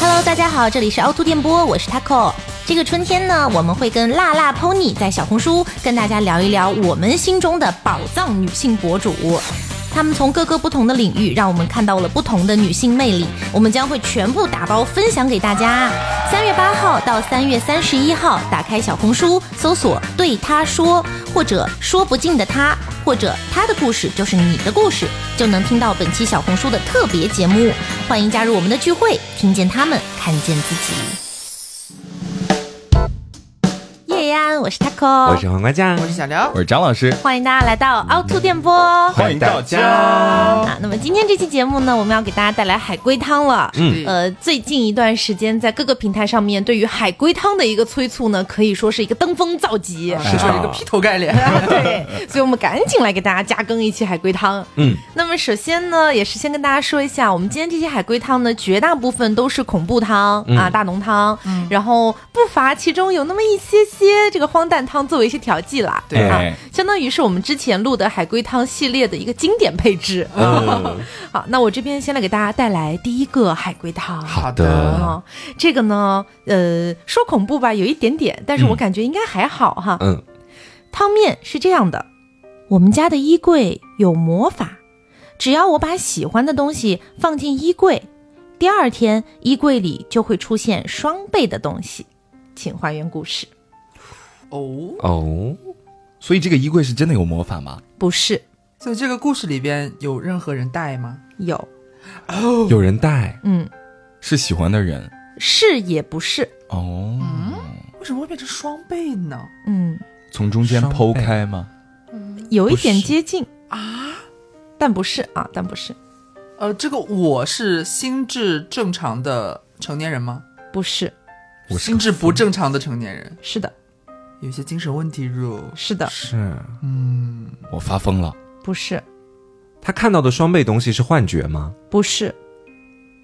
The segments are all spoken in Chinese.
Hello，大家好，这里是凹凸电波，我是 Taco。这个春天呢，我们会跟辣辣 Pony 在小红书跟大家聊一聊我们心中的宝藏女性博主。她们从各个不同的领域，让我们看到了不同的女性魅力。我们将会全部打包分享给大家。三月八号到三月三十一号，打开小红书，搜索“对她说”或者“说不尽的她”，或者“她的故事就是你的故事”，就能听到本期小红书的特别节目。欢迎加入我们的聚会，听见他们，看见自己。夜安，我是 Taco，我是黄瓜酱，我是小刘，我是张老师。欢迎大家来到凹凸电波。欢迎大家啊，那么今天这期节目呢，我们要给大家带来海龟汤了。嗯呃，最近一段时间，在各个平台上面对于海龟汤的一个催促呢，可以说是一个登峰造极。啊嗯是说一个劈头 盖脸，对，所以我们赶紧来给大家加更一期海龟汤。嗯，那么首先呢，也是先跟大家说一下，我们今天这期海龟汤呢，绝大部分都是恐怖汤、嗯啊，大浓汤，然后不乏其中有那么一些些这个荒诞汤作为一些调剂啦。对啊哎，相当于是我们之前录的海龟汤系列的一个经典配置。嗯， 好，那我这边先来给大家带来第一个海龟汤。好啊、的，这个呢，呃，说恐怖吧，有一点点，但是我感觉应该还好哈。嗯，汤面是这样的：我们家的衣柜有魔法，只要我把喜欢的东西放进衣柜，第二天衣柜里就会出现双倍的东西。请还原故事，哦，哦，所以这个衣柜是真的有魔法吗？不是所以这个故事里边有任何人带吗？有，有人带，嗯，是喜欢的人是也不是，哦，嗯为什么会变成双倍呢？嗯，从中间剖开吗？有一不是点接近啊，但不是啊，但不是，呃，这个我是心智正常的成年人吗？不是，我是心智不正常的成年人，是的，有些精神问题入。是的，是嗯，我发疯了，不是，他看到的双倍东西是幻觉吗？不是，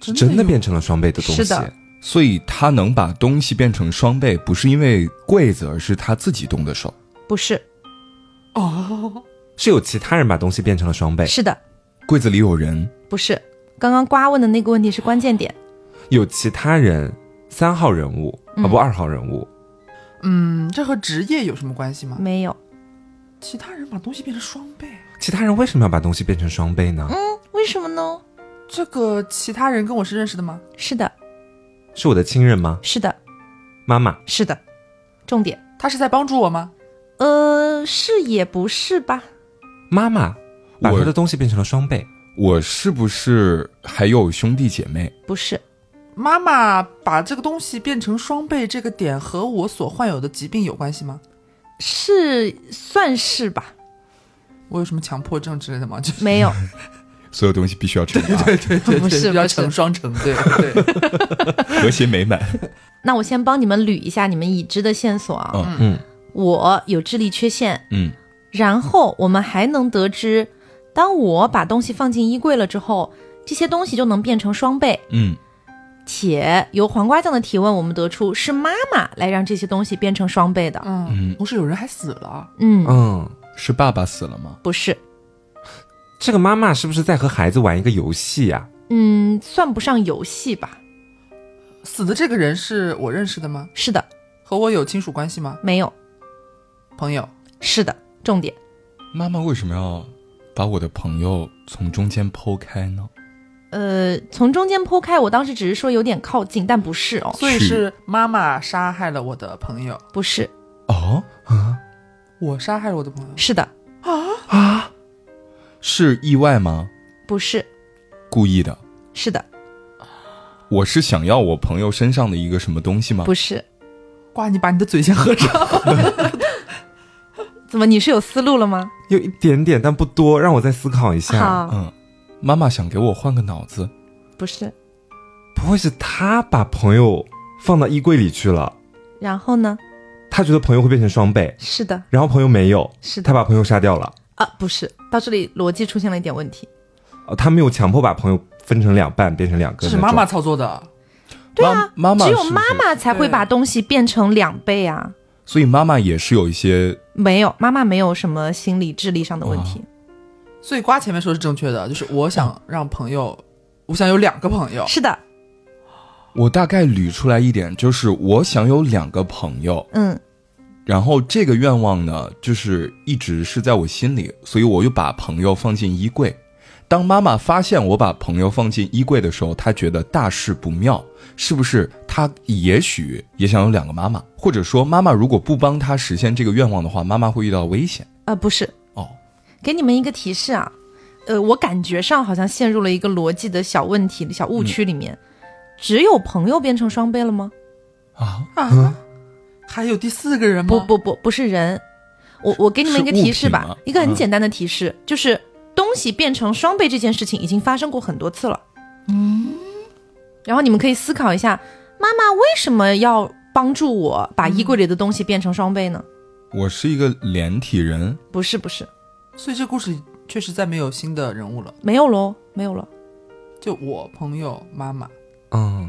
是真的变成了双倍的东西？是的所以他能把东西变成双倍，不是因为柜子，而是他自己动的手。不是，哦，是有其他人把东西变成了双倍，是的，柜子里有人，不是。刚刚瓜问的那个问题是关键点，有其他人三号人物啊、嗯不二号人物，嗯，这和职业有什么关系啊吗？没有。其他人把东西变成双倍，其他人为什么要把东西变成双倍呢？为什么呢？这个其他人跟我是认识的吗？是的，是我的亲人吗？是的，妈妈是的。重点，他是在帮助我吗？呃，是也不是吧？妈妈把我他的东西变成了双倍，我是不是还有兄弟姐妹？不是，妈妈把这个东西变成双倍，这个点和我所患有的疾病有关系吗？是算是吧？我有什么强迫症之类的吗？ 就没 有，所有东西必须 要啊乘法，对不是比较不是成双成对对。和谐美满。那我先帮你们捋一下你们已知的线索啊。嗯嗯，我有智力缺陷，嗯，然后我们还能得知，当我把东西放进衣柜了之后，这些东西就能变成双倍。嗯，且由黄瓜酱的提问，我们得出是妈妈来让这些东西变成双倍的。 嗯，不是有人还死了，嗯，嗯，是爸爸死了吗？不是，这个妈妈是不是在和孩子玩一个游戏啊呀、嗯，算不上游戏吧？死的这个人是我认识的吗？是的，和我有亲属关系吗？没有，朋友，是的，重点妈妈为什么要把我的朋友从中间剖开呢？呃，从中间剖开，我当时只是说有点靠近，但不是哦，所以是是妈妈杀害了我的朋友，不是，哦，我杀害了我的朋友。是的，是意外吗？不是，故意的？是的，我是想要我朋友身上的一个什么东西吗？不是。瓜，你把你的嘴先合上。怎么？你是有思路了吗？有一点点，但不多，让我再思考一下。好，嗯，妈妈想给我换个脑子，不是。不会是他把朋友放到衣柜里去了？然后呢？他觉得朋友会变成双倍，是的，然后朋友没有，是他的，把朋友杀掉了。啊，不是。到这里逻辑出现了一点问题。哦，他没有强迫把朋友分成两半，变成两个。这是妈妈，操作的，对啊，妈妈妈只有是不是妈妈才会对把东西变成两倍啊。所以妈妈也是有一些没有，妈妈没有什么心理智力上的问题。所以瓜前哦面说是正确的，就是我想让朋友，我想有两个朋友。是的，我大概捋出来一点，就是我想有两个朋友，嗯，然后这个愿望呢，就是一直是在我心里，所以我就把朋友放进衣柜。当妈妈发现我把朋友放进衣柜的时候，她觉得大事不妙，是不是？她也许也想有两个妈妈，或者说妈妈如果不帮她实现这个愿望的话，妈妈会遇到危险。呃啊，不是，哦，给你们一个提示啊，呃，我感觉上好像陷入了一个逻辑的小问题、小嗯误区里面。只有朋友变成双倍了吗？啊，啊，还有第四个人吗？不不不，不是人。我我给你们一个是物提示品吧吗，一个很嗯简单的提示，就是东西变成双倍这件事情已经发生过很多次了。嗯，然后你们可以思考一下，妈妈为什么要帮助我把衣柜里的东西变成双倍呢？我是一个连体人，不是不是，所以这故事里确实再没有新的人物了，没有喽，没有了。就我朋友妈妈。嗯，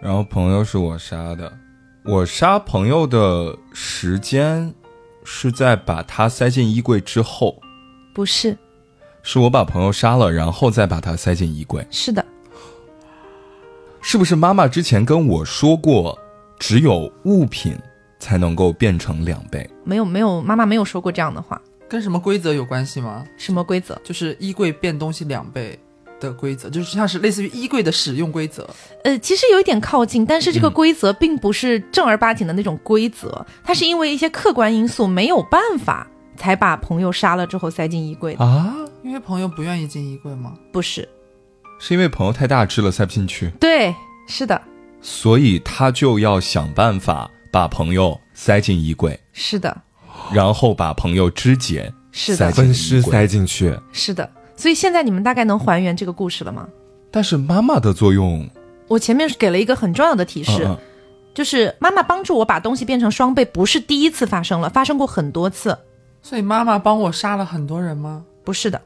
然后朋友是我杀的，我杀朋友的时间是在把他塞进衣柜之后，不是，是我把朋友杀了，然后再把他塞进衣柜。是的，是不是妈妈之前跟我说过，只有物品才能够变成两倍？没有没有，妈妈没有说过这样的话。跟什么规则有关系吗？什么规则？就是衣柜变东西两倍的规则，就是像是类似于衣柜的使用规则。呃，其实有一点靠近，但是这嗯个规则并不是正儿八经的那种规则，它是因为一些客观因素没有办法才把朋友杀了之后塞进衣柜的，啊，因为朋友不愿意进衣柜吗？不是？是因为朋友太大只了塞不进去，对，是的，所以他就要想办法把朋友塞进衣柜，是的，然后把朋友肢解是塞的，进分衣尸柜塞进去，是的。所以现在你们大概能还原这个故事了吗？但是妈妈的作用我前面是给了一个很重要的提示，嗯嗯就是妈妈帮助我把东西变成双倍，不是第一次发生了，发生过很多次，所以妈妈帮我杀了很多人吗？不是的，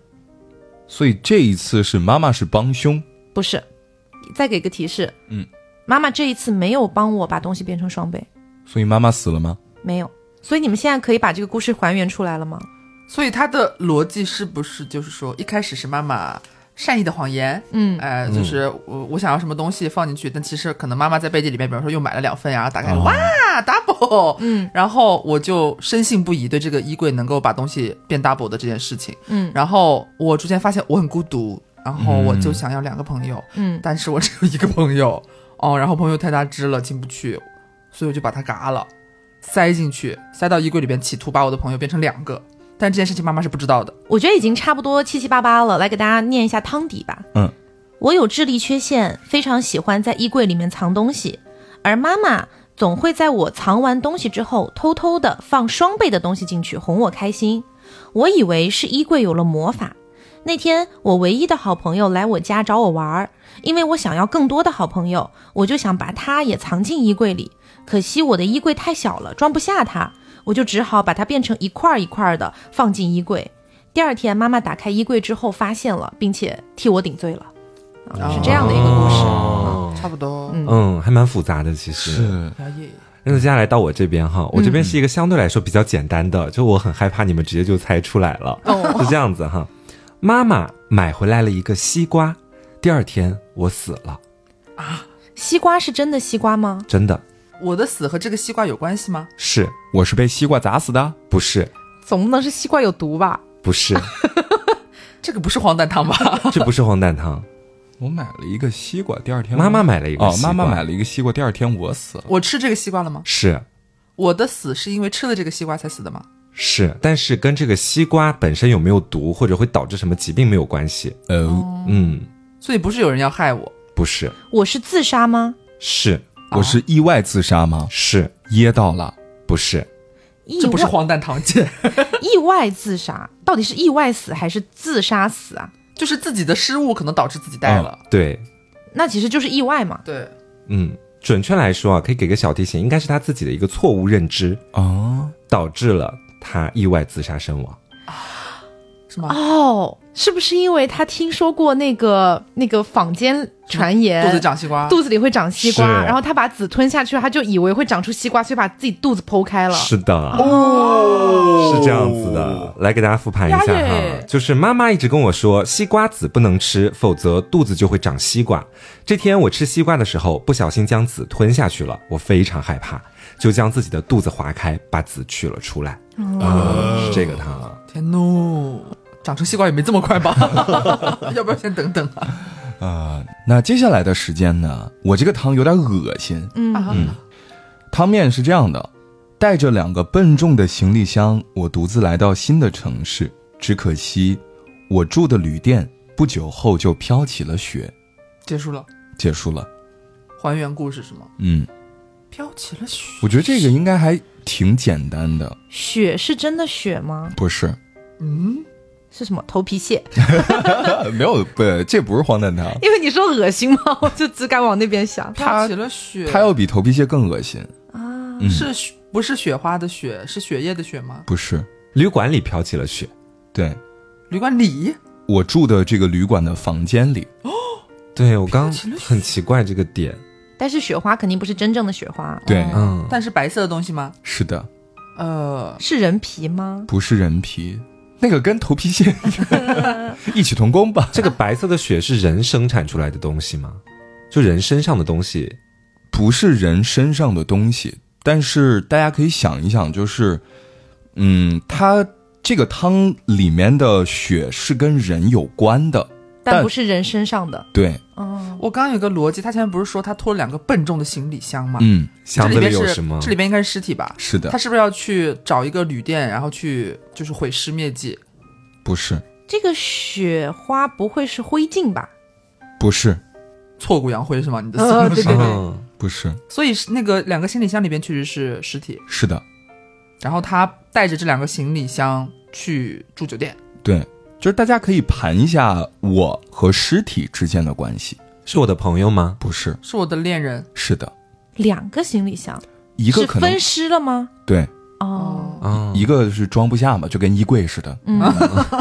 所以这一次是妈妈是帮凶，不是。再给个提示，嗯，妈妈这一次没有帮我把东西变成双倍，所以妈妈死了吗？没有。所以你们现在可以把这个故事还原出来了吗？所以他的逻辑是不是就是说，一开始是妈妈善意的谎言，嗯呃，就是我我想要什么东西放进去，但其实可能妈妈在背地里面，比方说又买了两份呀、啊打开、哇 double，嗯，然后我就深信不疑对这个衣柜能够把东西变 double 的这件事情，嗯然后我逐渐发现我很孤独，然后我就想要两个朋友，嗯，但是我只有一个朋友，哦，然后朋友太大只了进不去，所以我就把它嘎了，塞进去，塞到衣柜里边，企图把我的朋友变成两个。但这件事情妈妈是不知道的，我觉得已经差不多七七八八了，来给大家念一下汤底吧。嗯，我有智力缺陷，非常喜欢在衣柜里面藏东西，而妈妈总会在我藏完东西之后，偷偷的放双倍的东西进去，哄我开心。我以为是衣柜有了魔法。那天我唯一的好朋友来我家找我玩儿，因为我想要更多的好朋友，我就想把他也藏进衣柜里。可惜我的衣柜太小了，装不下他，我就只好把它变成一块儿一块儿的放进衣柜。第二天，妈妈打开衣柜之后发现了，并且替我顶罪了，啊，是这样的一个故事。哦差不多。嗯嗯，还蛮复杂的，其实。表演那接下来到我这边嗯哈，我这边是一个相对来说比较简单的，就我很害怕你们直接就猜出来了，哦是这样子哈。妈妈买回来了一个西瓜，第二天我死了，西瓜是真的西瓜吗？真的我的死和这个西瓜有关系吗？是我是被西瓜砸死的，不是？总不能是西瓜有毒吧？不是， 这个不是荒诞汤吧？ 这不是黄蛋汤，我买了一个西瓜，第二天我妈妈买了一个哦，西瓜，妈妈买了一个西瓜，第二天我死了。我吃这个西瓜了吗？是我的死是因为吃了这个西瓜才死的吗？是，但是跟这个西瓜本身有没有毒或者会导致什么疾病没有关系，呃，嗯，所以不是有人要害我，不是，我是自杀吗？是我是意外自杀吗？是噎到了，不是？意这不是外荒诞堂姐，意外自杀，到底是意外死还是自杀死啊？就是自己的失误可能导致自己带哦了。对，那其实就是意外嘛。对，嗯，准确来说啊，可以给个小提醒，应该是他自己的一个错误认知。啊，导致了他意外自杀身亡。是吗？哦，是不是因为他听说过那个那个坊间传言，肚子长西瓜，哦肚子里会长西瓜，是然后他把籽吞下去，他就以为会长出西瓜，所以把自己肚子剖开了。是的，哦是这样子的，，来给大家复盘一下呀哈耶，就是妈妈一直跟我说，西瓜籽不能吃，否则肚子就会长西瓜。这天我吃西瓜的时候，不小心将籽吞下去了，我非常害怕，就将自己的肚子划开，把籽取了出来。啊，是这个汤。天呐，长成西瓜也没这么快吧？ 要不要先等等啊？啊、那接下来的时间呢？我这个汤有点恶心。嗯，嗯汤面是这样的：带着两个笨重的行李箱，我独自来到新的城市。只可惜，我住的旅店不久后就飘起了雪。结束了，结束了。还原故事是吗？嗯，飘起了雪，我觉得这个应该还挺简单的，雪是真的雪吗？不是？嗯，是什么头皮屑？ 没有，不，这不是荒诞汤，因为你说恶心吗？ 我就只敢往那边想。飘起了雪， 它要比头皮屑更恶心。啊，嗯，是雪不是雪花的雪？是雪夜的雪吗？不是？旅馆里飘起了雪，对旅馆里我住的这个旅馆的房间里，对我刚飘起了雪很奇怪这个点，但是雪花肯定不是真正的雪花，对，嗯嗯，但是白色的东西吗？是的，呃，是人皮吗？不是人皮，那个跟头皮 屑异曲同工吧？这个白色的雪是人生产出来的东西吗？就人身上的东西，不是人身上的东西，但是大家可以想一想，就是，嗯，它这个汤里面的血是跟人有关的，但但不是人身上的。对，哦，我刚刚有个逻辑，他前面不是说他拖了两个笨重的行李箱吗？嗯，这箱里子边里有是什么这？里边应该是尸体吧？是他的，是不是要去找一个旅店，然后去就是毁尸灭迹？不是，这个雪花不会是灰烬吧？不是，挫骨扬灰是吗？你的思呃路对是？对对，嗯，不是，所以是那个两个行李箱里边确实是尸体，是的，然后他带着这两个行李箱去住酒店，对，就是大家可以盘一下我和尸体之间的关系，是我的朋友吗？不是，是我的恋人。是的，两个行李箱，一个是可能分尸了吗？对，哦，啊，一个是装不下嘛，就跟衣柜似的，嗯，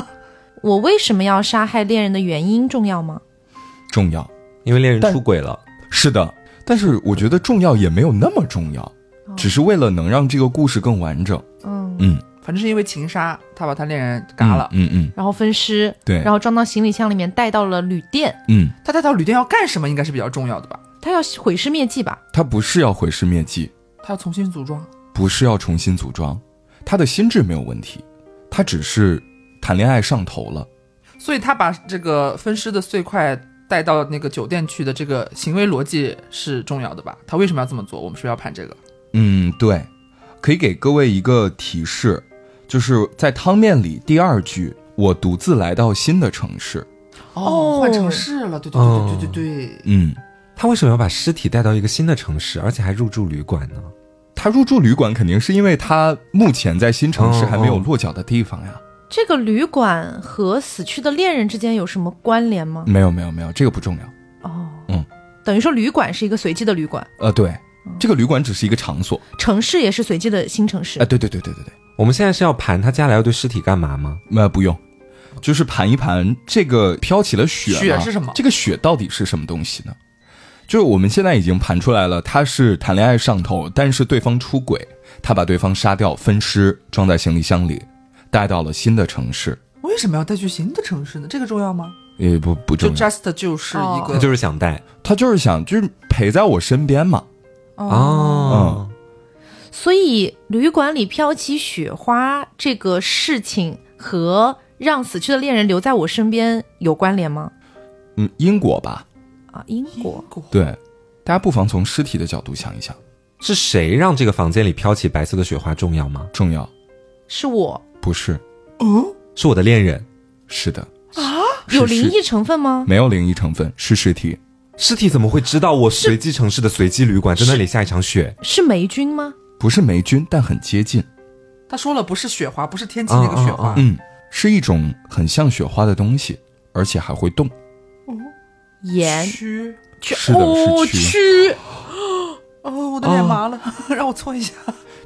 我为什么要杀害恋人的原因重要吗？重要，因为恋人但出轨了，是的，但是我觉得重要也没有那么重要，只是为了能让这个故事更完整。嗯，嗯，反正是因为情杀，他把他恋人嘎了。嗯嗯，嗯然后分尸，对然，后装到行李箱里面带到了旅店，嗯，他带到旅店要干什么，应该是比较重要的吧？他要毁尸灭迹吧？他不是要毁尸灭迹，他要重新组装。不是要重新组装，他的心智没有问题，他只是谈恋爱上头了。所以他把这个分尸的碎块带到那个酒店去的这个行为逻辑是重要的吧？他为什么要这么做？我们是不是要盘这个？嗯，对，可以给各位一个提示，就是在汤面里第二句，我独自来到新的城市。哦换城市了，对对哦对对对对对。嗯，他为什么要把尸体带到一个新的城市，而且还入住旅馆呢？他入住旅馆肯定是因为他目前在新城市还没有哦哦落脚的地方呀。这个旅馆和死去的恋人之间有什么关联吗？没有没有没有，这个不重要。哦，嗯，等于说旅馆是一个随机的旅馆，呃，对，这个旅馆只是一个场所。城市也是随机的新城市哎、。对对对对对对，我们现在是要盘他接下来要对尸体干嘛吗？那、呃不用，就是盘一盘这个飘起了雪嘛。雪是什么这个雪到底是什么东西呢？就是我们现在已经盘出来了，他是谈恋爱上头，但是对方出轨，他把对方杀掉，分尸，装在行李箱里，带到了新的城市。为什么要带去新的城市呢？这个重要吗？也不不就重要， just 就是一哦他个，就是想带他就是想就是陪在我身边嘛。哦，所以旅馆里飘起雪花这个事情和让死去的恋人留在我身边有关联吗？嗯，因果吧，啊，因果果对，大家不妨从尸体的角度想一想，是谁让这个房间里飘起白色的雪花重要吗？重要是我不是？是我的恋人，是的，是有灵异成分吗？没有灵异成分，是尸体。尸体怎么会知道我随机城市的随机旅馆在那里下一场雪？是霉菌吗？不是霉菌，但很接近。他说了不是雪花，不是天气那个雪花，嗯嗯嗯，是一种很像雪花的东西，而且还会动。嗯盐蛆去是的哦是蛆，哦，我的 脸麻了，让我搓一下。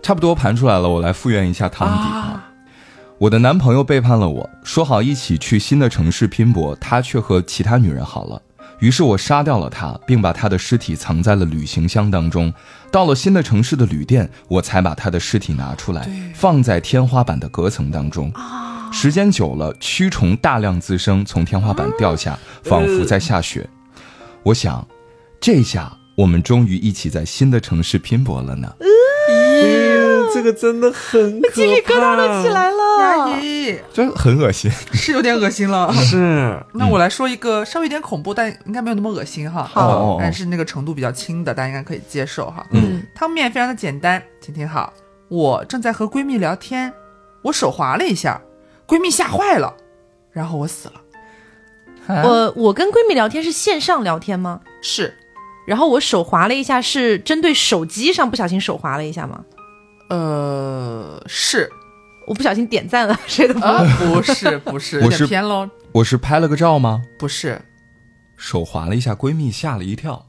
差不多盘出来了，我来复原一下汤底啊。我的男朋友背叛了我，说好一起去新的城市拼搏，他却和其他女人好了。于是我杀掉了他，并把他的尸体藏在了旅行箱当中。到了新的城市的旅店，我才把他的尸体拿出来，放在天花板的隔层当中。时间久了，蛆虫大量滋生，从天花板掉下，仿佛在下雪。我想，这下我们终于一起在新的城市拼搏了呢。 这个真的很可怕，鸡皮疙瘩都起来了。压抑真很恶心。 是有点恶心了。是，那我来说一个稍微有点恐怖，但应该没有那么恶心哈。好但是那个程度比较轻的，大家应该可以接受哈。嗯，汤面非常的简单，请听好。我正在和闺蜜聊天，我手滑了一下，闺蜜吓坏了，然后我死了。我我跟闺蜜聊天是线上聊天吗？是，然后我手滑了一下，是针对手机上不小心手滑了一下吗？呃，是我不小心点赞了谁的朋友啊，不是，不是，有我是点偏喽，我是拍了个照吗？不是。手滑了一下，闺蜜吓了一跳。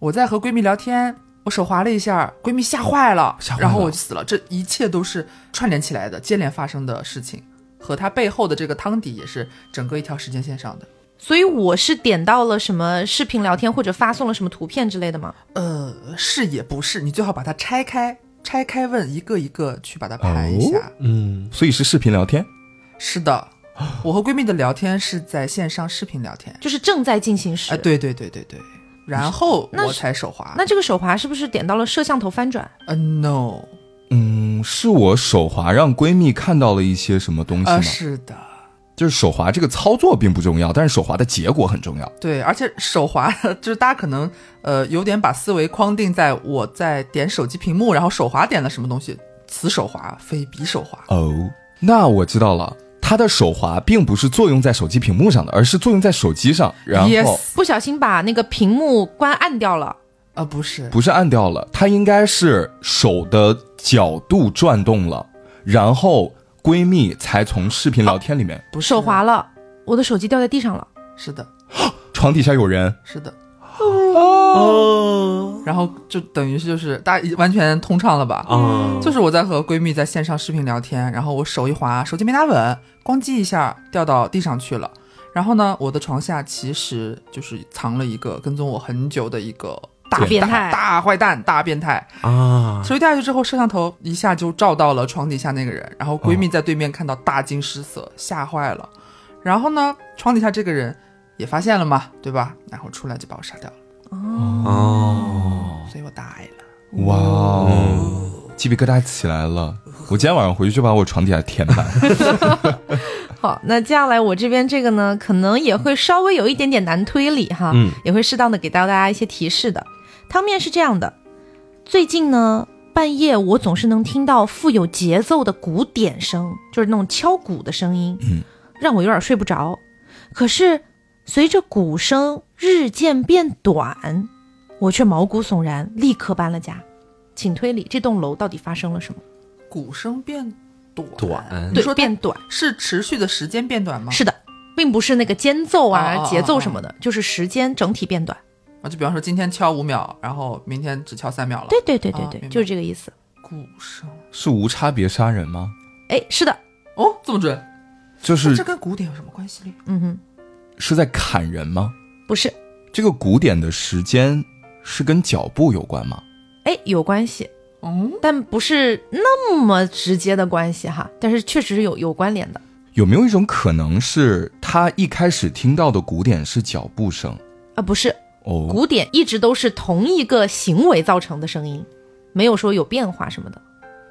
我在和闺蜜聊天，我手滑了一下，闺蜜吓坏了，吓坏了然后我就死了。这一切都是串联起来的，接连发生的事情，和它背后的这个汤底也是整个一条时间线上的。所以我是点到了什么视频聊天或者发送了什么图片之类的吗？呃，是也不是，你最好把它拆开，拆开问，一个一个去把它排一下。嗯，所以是视频聊天。哦是的，我和闺蜜的聊天是在线上视频聊天。就是正在进行时。哎，。对对对对对，然后那我是才手滑。那这个手滑是不是点到了摄像头翻转？呃 no，嗯，是我手滑让闺蜜看到了一些什么东西吗？呃是的，就是手滑这个操作并不重要，但是手滑的结果很重要。对，而且手滑 就是大家可能呃有点把思维框定在我在点手机屏幕，然后手滑点了什么东西，此手滑非彼手滑。哦，那我知道了，她的手滑并不是作用在手机屏幕上的，而是作用在手机上，然后 yes 不小心把那个屏幕关暗掉了。啊、不是，不是按掉了，她应该是手的角度转动了，然后闺蜜才从视频聊天里面，不是啊手滑，了，我的手机掉在地上了。是的，床底下有人，是的。哦，然后就等于是就是大家完全通畅了哦吧？啊，就是我在和闺蜜在线上视频聊天，然后我手一滑，手机没拿稳，咣叽一下掉到地上去了。然后呢，我的床下其实就是藏了一个跟踪我很久的一个大大变态大大坏蛋、大变态。啊，手机掉下去之后，摄像头一下就照到了床底下那个人，然后闺蜜在对面看到大惊失色，吓坏了。然后呢，床底下这个人也发现了嘛，对吧？然后出来就把我杀掉了，哦，所以我大爱了。哇哦，鸡皮疙瘩起来了！我今天晚上回去就把我床底下填满。好，那接下来我这边这个呢，可能也会稍微有一点点难推理哈，嗯也会适当的给到大家一些提示的。汤面是这样的，最近呢，半夜我总是能听到富有节奏的鼓点声，就是那种敲鼓的声音，嗯，让我有点睡不着。可是随着鼓声日渐变短，我却毛骨悚然，立刻搬了家。请推理这栋楼到底发生了什么？鼓声变短，短你说它对，变短。是持续的时间变短吗？是的，并不是那个间奏哦啊、哦哦节奏什么的，就是时间整体变短。啊，就比方说今天敲五秒，然后明天只敲三秒了。对，对对对哦对，明白就是这个意思。鼓声是无差别杀人吗？哎，是的，哦，这么准，就那是这跟鼓点有什么关系嘞？嗯哼，是在砍人吗？不是，这个鼓点的时间是跟脚步有关吗？哎，有关系，嗯，但不是那么直接的关系哈，但是确实是有有关联的。有没有一种可能是他一开始听到的鼓点是脚步声？啊，不是，哦，古典一直都是同一个行为造成的声音，没有说有变化什么的。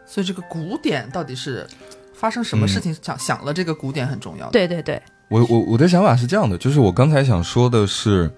所以这个鼓点到底是发生什么事情？想想了这个鼓点很重要。，对对对，我我我的想法是这样的，就是我刚才想说的是，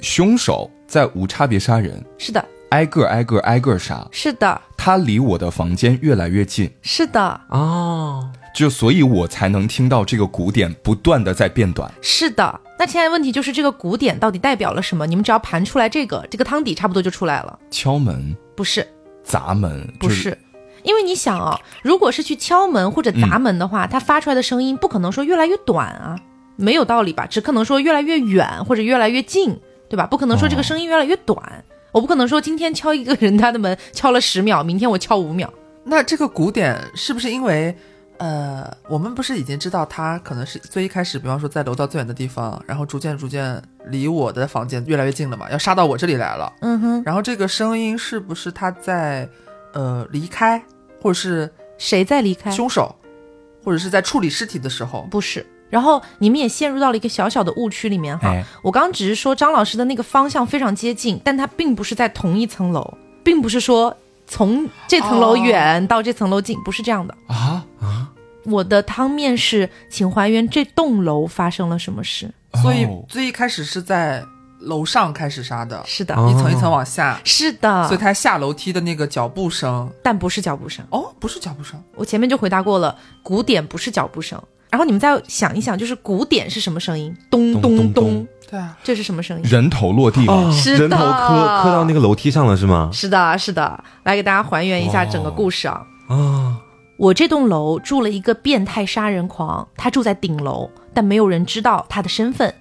凶手在无差别杀人，是的，挨个挨个挨个杀，是的，他离我的房间越来越近，是的，啊哦，就所以我才能听到这个鼓点不断的在变短。是的。那现在问题就是这个古典到底代表了什么？你们只要盘出来这个，这个汤底差不多就出来了。敲门、不是，砸门，不就是是，因为你想啊，如果是去敲门或者砸门的话，嗯它发出来的声音不可能说越来越短啊，没有道理吧？只可能说越来越远或者越来越近，对吧？不可能哦说这个声音越来越短。我不可能说今天敲一 个人他的门敲了十秒，明天我敲五秒，那这个鼓点是不是因为呃，我们不是已经知道他可能是最一开始，比方说在楼道最远的地方，然后逐渐逐渐离我的房间越来越近了嘛，要杀到我这里来了。嗯哼，然后这个声音是不是他在呃离开，或者是谁在离开？凶手，或者是在处理尸体的时候？不是。然后你们也陷入到了一个小小的误区里面哈。哎我刚刚只是说张老师的那个方向非常接近，但他并不是在同一层楼，并不是说从这层哦楼远到这层楼近，不是这样的。啊，我的汤面是，请还原这栋楼发生了什么事。所以哦最一开始是在楼上开始杀的，是的，哦一层一层往下，是的，所以他下楼梯的那个脚步声，但不是脚步声。哦，不是脚步声，我前面就回答过了，鼓点不是脚步声。然后你们再想一想，就是鼓点是什么声音？咚咚咚咚咚，对啊，这是什么声音？人头落地了，是的人头磕磕到那个楼梯上了是吗？是的，是的，来给大家还原一下整个故事啊。啊，我这栋楼住了一个变态杀人狂，他住在顶楼，但没有人知道他的身份。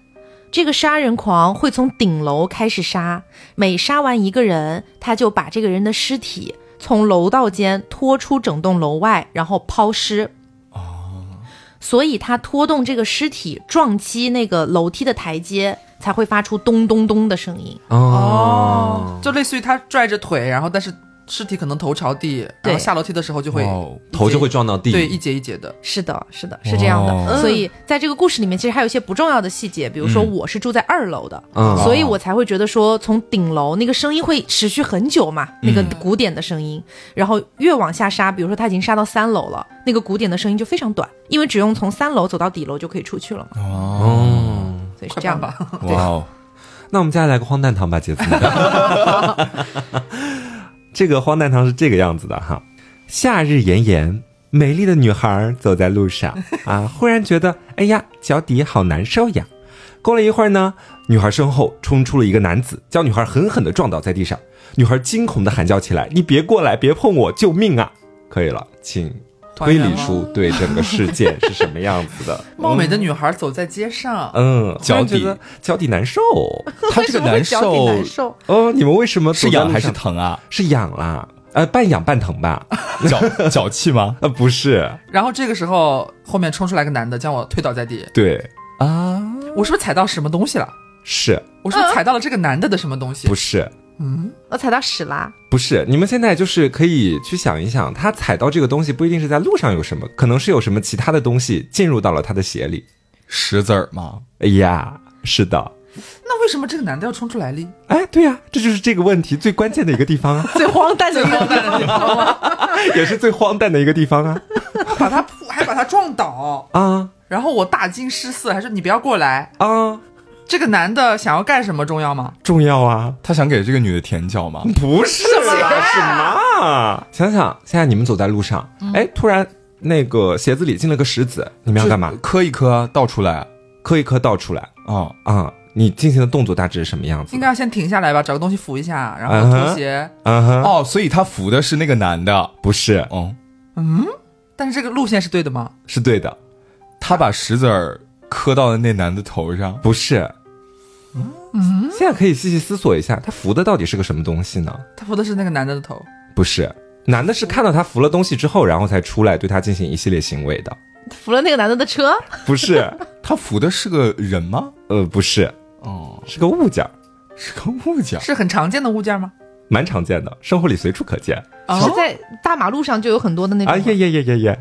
这个杀人狂会从顶楼开始杀，每杀完一个人，他就把这个人的尸体从楼道间拖出整栋楼外，然后抛尸。所以他拖动这个尸体撞击那个楼梯的台阶，才会发出咚咚咚的声音。哦，就类似于他拽着腿，然后但是尸体可能头朝地，然对后下楼梯的时候就会哇哦一节头就会撞到地，对一节一节的，是的，是的，是这样的。哦所以在这个故事里面，其实还有一些不重要的细节，比如说嗯我是住在二楼的，嗯所以我才会觉得说从顶楼那个声音会持续很久嘛，那嗯个鼓点的声音，然后越往下杀，比如说他已经杀到三楼了，那个鼓点的声音就非常短，因为只用从三楼走到底楼就可以出去了嘛，哦，所以是快这样办的。吧，哇哦，那我们接下来来个荒诞糖吧，杰子。 这个荒诞糖是这个样子的哈：夏日炎炎，美丽的女孩走在路上 啊，忽然觉得哎呀，脚底好难受呀。过了一会儿呢，女孩身后冲出了一个男子，将女孩狠狠地撞倒在地上。女孩惊恐地喊叫起来：“你别过来，别碰我，救命啊！”可以了，请推理还原。出对整个事件是什么样子 的貌美的女孩走在街上，嗯，忽然脚底觉得脚底难受。 他这个难受受，哦，你们为什么是走在痒路还是上疼啊？ 是痒啦，呃，半痒半疼吧？脚脚气吗？呃， 不是，然后这个时候后面冲出来个男的将我推倒在地，对，啊，嗯我是不是踩到什么东西了？是我是不是踩到了这个男的的什么东西？不嗯是？ 我踩到屎啦，，不是，你们现在就是可以去想一想，他踩到这个东西不一定是在路上有什么，可能是有什么其他的东西进入到了他的鞋里。石子儿吗？哎呀，是的，那为什么这个男的要冲出来哩？哎，对呀、这就是这个问题最关键的一个地方啊 最荒诞的一个，也是最荒诞的一个地方啊把他扑，还把他撞倒，啊然后我大惊失色，还说你不要过来。啊，这个男的想要干什么重要吗？重要啊！他想给这个女的舔脚吗？不是啦，什么？想想现在你们走在路上，哎，突然那个鞋子里进了个石子，你们要干嘛就？磕一磕啊，倒出来磕一磕倒出来。啊！啊，你进行的动作大致是什么样子应的？该要先停下来吧，找个东西扶一下，然嗯后哼脱鞋。嗯哼，哦，所以他扶的是那个男的，不是，哦，但是这个路线是对的吗？是对的，他把石子儿磕到了那男的头上，不是。嗯，现在可以细细思索一下，他扶的到底是个什么东西呢？他扶的是那个男的的头，不是，男的是看到他扶了东西之后，然后才出来对他进行一系列行为的，扶了那个男的的车，不是，他扶的是个人吗？呃，不是，哦，是个物件儿，是个物件儿。是很常见的物件吗？蛮常见的，生活里随处可见。哦是在大马路上就有很多的那种啊耶哎吗，耶耶耶耶，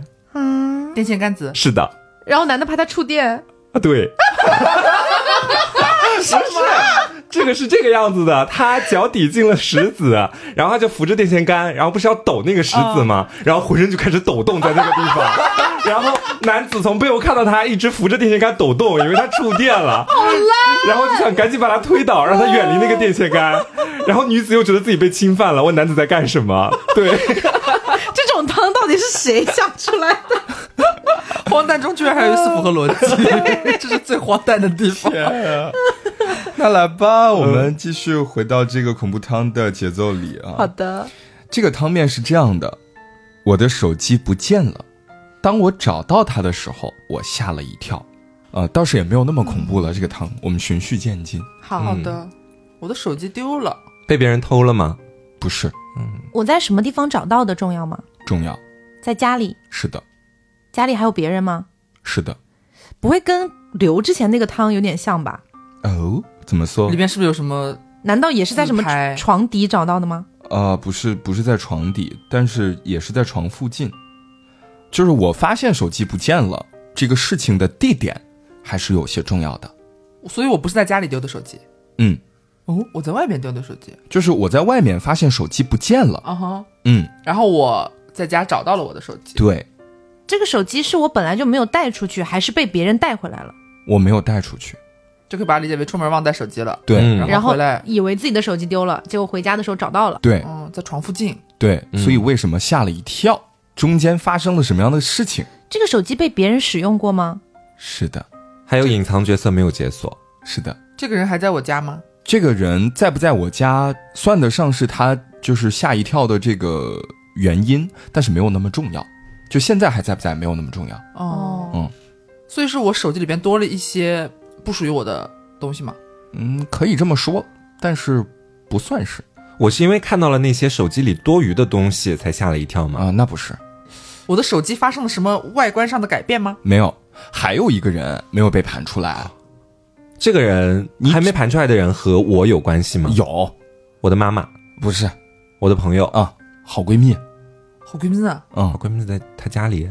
电线杆子，是的，然后男的怕他触电，啊对。不是，这个是这个样子的，他脚底进了石子，然后他就扶着电线杆，然后不是要抖那个石子吗？然后浑身就开始抖动在那个地方，然后男子从背后看到他一直扶着电线杆抖动，以为他触电了，好烂，然后就想赶紧把他推倒，让他远离那个电线杆，然后女子又觉得自己被侵犯了，问男子在干什么？对，这种汤到底是谁想出来的？荒诞中居然还有一丝符合 逻 辑，这是最荒诞的地方。那来吧，我呃们继续回到这个恐怖汤的节奏里啊。好的，这个汤面是这样的：我的手机不见了。当我找到它的时候，我吓了一跳。呃，倒是也没有那么恐怖了。这个汤，我们循序渐进。 好好的，嗯我的手机丢了，被别人偷了吗？不是我在什么地方找到的重要吗？重要，在家里，是的，家里还有别人吗？是的。不会跟刘之前那个汤有点像吧？哦，怎么说里？面是不是有什么？难道也是在什么自拍床底找到的吗？啊，不是不是在床底，但是也是在床附近。就是我发现手机不见了，这个事情的地点还是有些重要的。所以我不是在家里丢的手机，嗯，哦，我在外面丢的手机。就是我在外面发现手机不见了。啊哈，嗯，然后我在家找到了我的手机。对，这个手机是我本来就没有带出去，还是被别人带回来了？我没有带出去。就可以把它理解为出门忘带手机了。对、嗯然后回来以为自己的手机丢了，结果回家的时候找到了。对嗯，在床附近，对、嗯所以为什么吓了一跳？中间发生了什么样的事情？这个手机被别人使用过吗？是的，还有隐藏角色没有解锁，是的。这个人还在我家吗？这个人在不在我家，算得上是他就是吓一跳的这个原因，但是没有那么重要。就现在还在不在，没有那么重要。哦，嗯所以是我手机里边多了一些不属于我的东西吗？嗯，可以这么说，但是不算是我是因为看到了那些手机里多余的东西才吓了一跳啊、嘛。那不是，我的手机发生了什么外观上的改变吗？没有，还有一个人没有被盘出来，这个人你还没盘出来的人和我有关系吗？，有，我的妈妈，嗯不是我的朋友，啊，好闺蜜，好闺蜜啊，嗯我，闺蜜在她家里。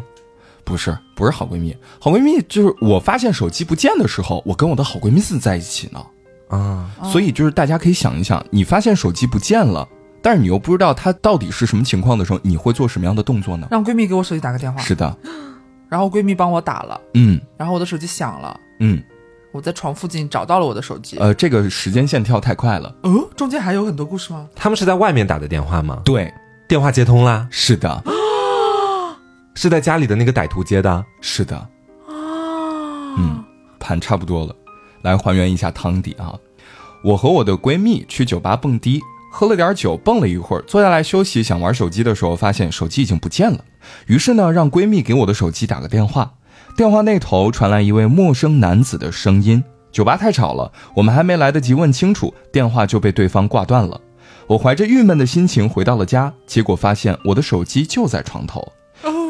不是，不是好闺蜜，好闺蜜就是我发现手机不见的时候，我跟我的好闺蜜是在一起呢，啊，所以就是大家可以想一想，你发现手机不见了，但是你又不知道它到底是什么情况的时候，你会做什么样的动作呢？让闺蜜给我手机打个电话，是的，然后闺蜜帮我打了，嗯然后我的手机响了，嗯，我在床附近找到了我的手机。呃，这个时间线跳太快了，哦，中间还有很多故事吗？他们是在外面打的电话吗？对，电话接通啦，是的，是在家里的那个歹徒接的。是的，嗯，盘差不多了，来还原一下汤底啊。我和我的闺蜜去酒吧蹦迪，喝了点酒，蹦了一会儿，坐下来休息，想玩手机的时候，发现手机已经不见了。于是呢，让闺蜜给我的手机打个电话。电话那头传来一位陌生男子的声音。酒吧太吵了，我们还没来得及问清楚，电话就被对方挂断了。我怀着郁闷的心情回到了家，结果发现我的手机就在床头。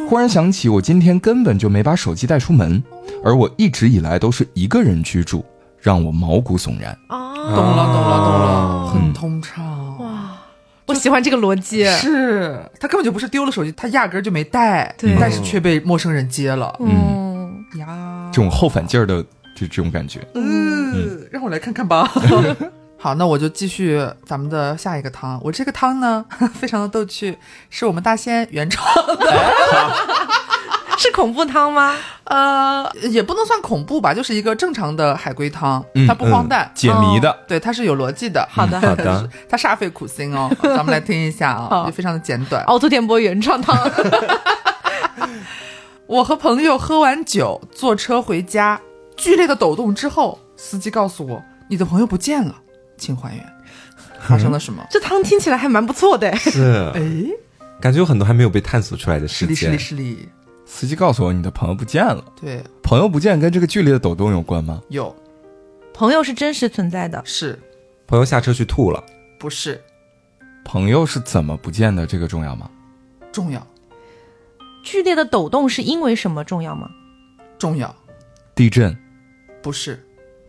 忽然想起，我今天根本就没把手机带出门，而我一直以来都是一个人居住，让我毛骨悚然。啊懂了，懂了，懂了，啊很通畅。哇，我喜欢这个逻辑。是他根本就不是丢了手机，他压根儿就没带，对但是却被陌生人接了嗯，呀。嗯这种后反劲儿的这这种感觉，嗯，让我来看看 吧。好，那我就继续咱们的下一个汤。我这个汤呢， 非常的逗趣，是我们大仙原创是恐怖汤 吗？呃，也不能算恐怖吧，就是一个正常的海龟汤，嗯它不荒诞，解谜的。对，它是有逻辑的。好的嗯好的， 它煞费苦心哦，咱们来听一下啊、好也非常的简短。哦凹凸电波原创汤。我和朋友喝完酒，坐车回家，剧烈的抖动之后，司机告诉我，你的朋友不见了，请还原，发生了什嗯么？ 这汤听起来还蛮不错的， 是，哎，感觉有很多还没有被探索出来的是事的，是的，件。是的，司机告诉我，你的朋友不见了。对，朋友不见跟这个剧烈的抖动有关吗？有朋友是真实存在的，是朋友下车去吐了，不是朋友是怎么不见的？这个重要吗？重要？剧烈的抖动是因为什么重要吗？重要地震，不是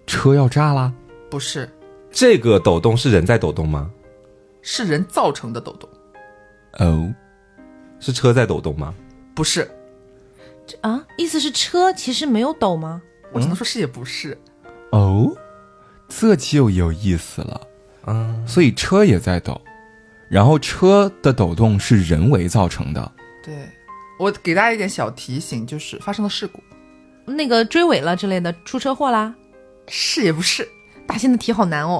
车要炸啦。不是这个抖动是人在抖动吗？是人造成的抖动，哦，是车在抖动吗？不是，这啊，意思是车其实没有抖吗？我嗯只能说是也不是，哦，这就有意思了。嗯，所以车也在抖，然后车的抖动是人为造成的。对。我给大家一点小提醒，就是发生了事故，那个追尾了之类的，出车祸啦？是也不是？ 大仙的题好 难哦。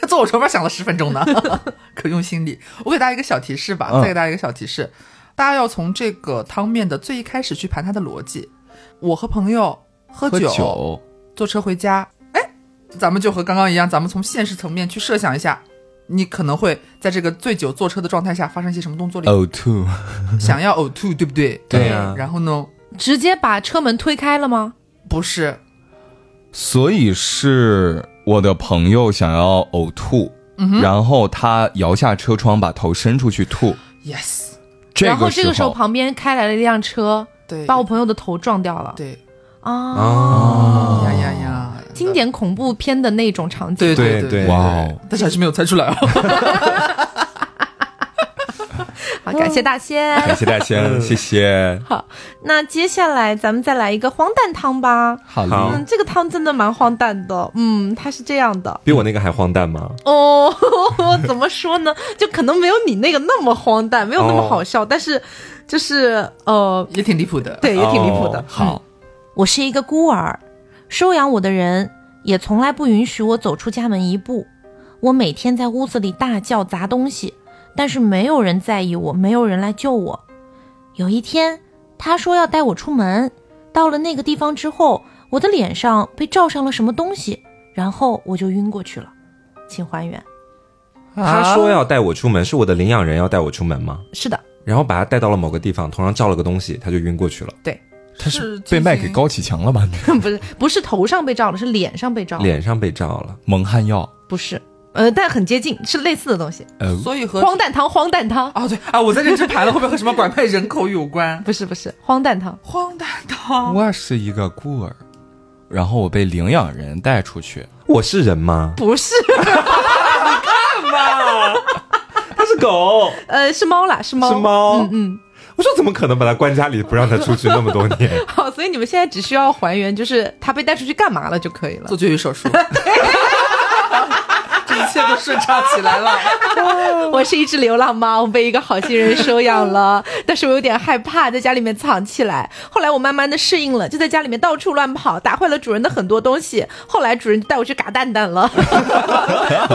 他坐我床边想了十分钟呢， 可用心力。我给大家一个小提示吧，嗯再给大家一个小提示，大家要从这个汤面的最一开始去盘它的逻辑。我和朋友喝喝酒，坐车回家，哎，咱们就和刚刚一样，咱们从现实层面去设想一下，你可能会在这个醉酒坐车的状态下发生一些什么动作里，呕哦吐，想要呕吐，对不对？对呀然后呢，直接把车门推开了吗？不是，所以是我的朋友想要嗯呕吐，然后他摇下车窗，把头伸出去吐， yes，这然后个这个时时候旁边开来了一辆车，对，把我朋友的头撞掉了。对，啊，呀呀呀，经典恐怖片的那种场景。对对对，哇哇哦哦，但是还是没有猜出来啊。好，感谢大仙。感谢大仙，谢谢。 那接下来咱们再来一个荒诞汤吧。好嘞好嗯，这个汤真的蛮荒诞的。嗯，它是这样的。比我那个还荒诞吗？哦， 怎么说呢？就可能没有你那个那么荒诞，没有那么好笑，但是就是呃， 也挺离谱的。对，也挺离谱的。嗯哦好，我是一个孤儿，收养我的人也从来不允许我走出家门一步。我每天在屋子里大叫砸东西，但是没有人在意我，没有人来救我。有一天，他说要带我出门，到了那个地方之后，我的脸上被罩上了什么东西，然后我就晕过去了。请还原。啊他说要带我出门，是我的领养人要带我出门吗？是的， 然后把他带到了某个地方，头上罩了个东西，他就晕过去了，他是是被卖给高启强了吧？不是不是头上被罩了，是脸上被罩了，脸上被罩了。蒙汗药，不是。呃，但很接近，是类似的东西。呃，所以和荒诞汤，荒诞汤，啊对啊，我在认真盘了，会不会和什么拐卖人口有关？不是不是荒诞汤。荒诞到我是一个孤儿，然后我被领养人带出去，我是人吗？不是， 他是狗，呃，是猫啦，是猫，是猫嗯嗯，我说怎么可能把他关家里不让他出去那么多年？好，所以你们现在只需要还原，就是它被带出去干嘛了就可以 了做。绝育手 术，这一切都顺畅起来 了。 我是一只流浪猫，被一个好心人收养了，但是我有点害怕，在家里面藏起来。后来我慢慢的适应了，就在家里面到处乱跑，打坏了主人的很多东西。后来主人就带我去嘎蛋蛋了，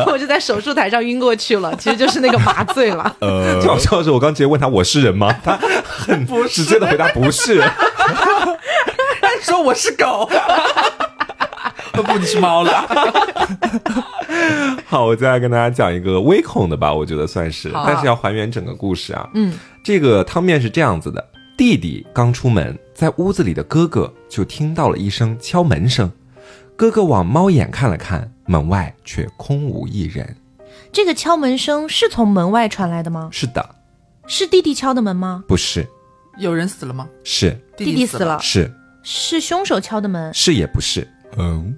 我就在手术台上晕过去了，其实就是那个麻醉了。呃最好笑的是，我刚直接问他我是人吗？他很直接的回答不是。说我是狗，哦不，你是猫了。 好，我再来跟大家讲一个微恐的吧，我觉得算是，好啊但是要还原整个故事啊。嗯，这个汤面是这样子的：弟弟刚出门，在屋子里的哥哥就听到了一声敲门声，哥哥往猫眼看了看，门外却空无一人。这个敲门声是从门外传来的吗？是的，是弟弟敲的门吗？不是，有人死了吗？是弟弟死了，了，是是凶手敲的门。是也不是，嗯，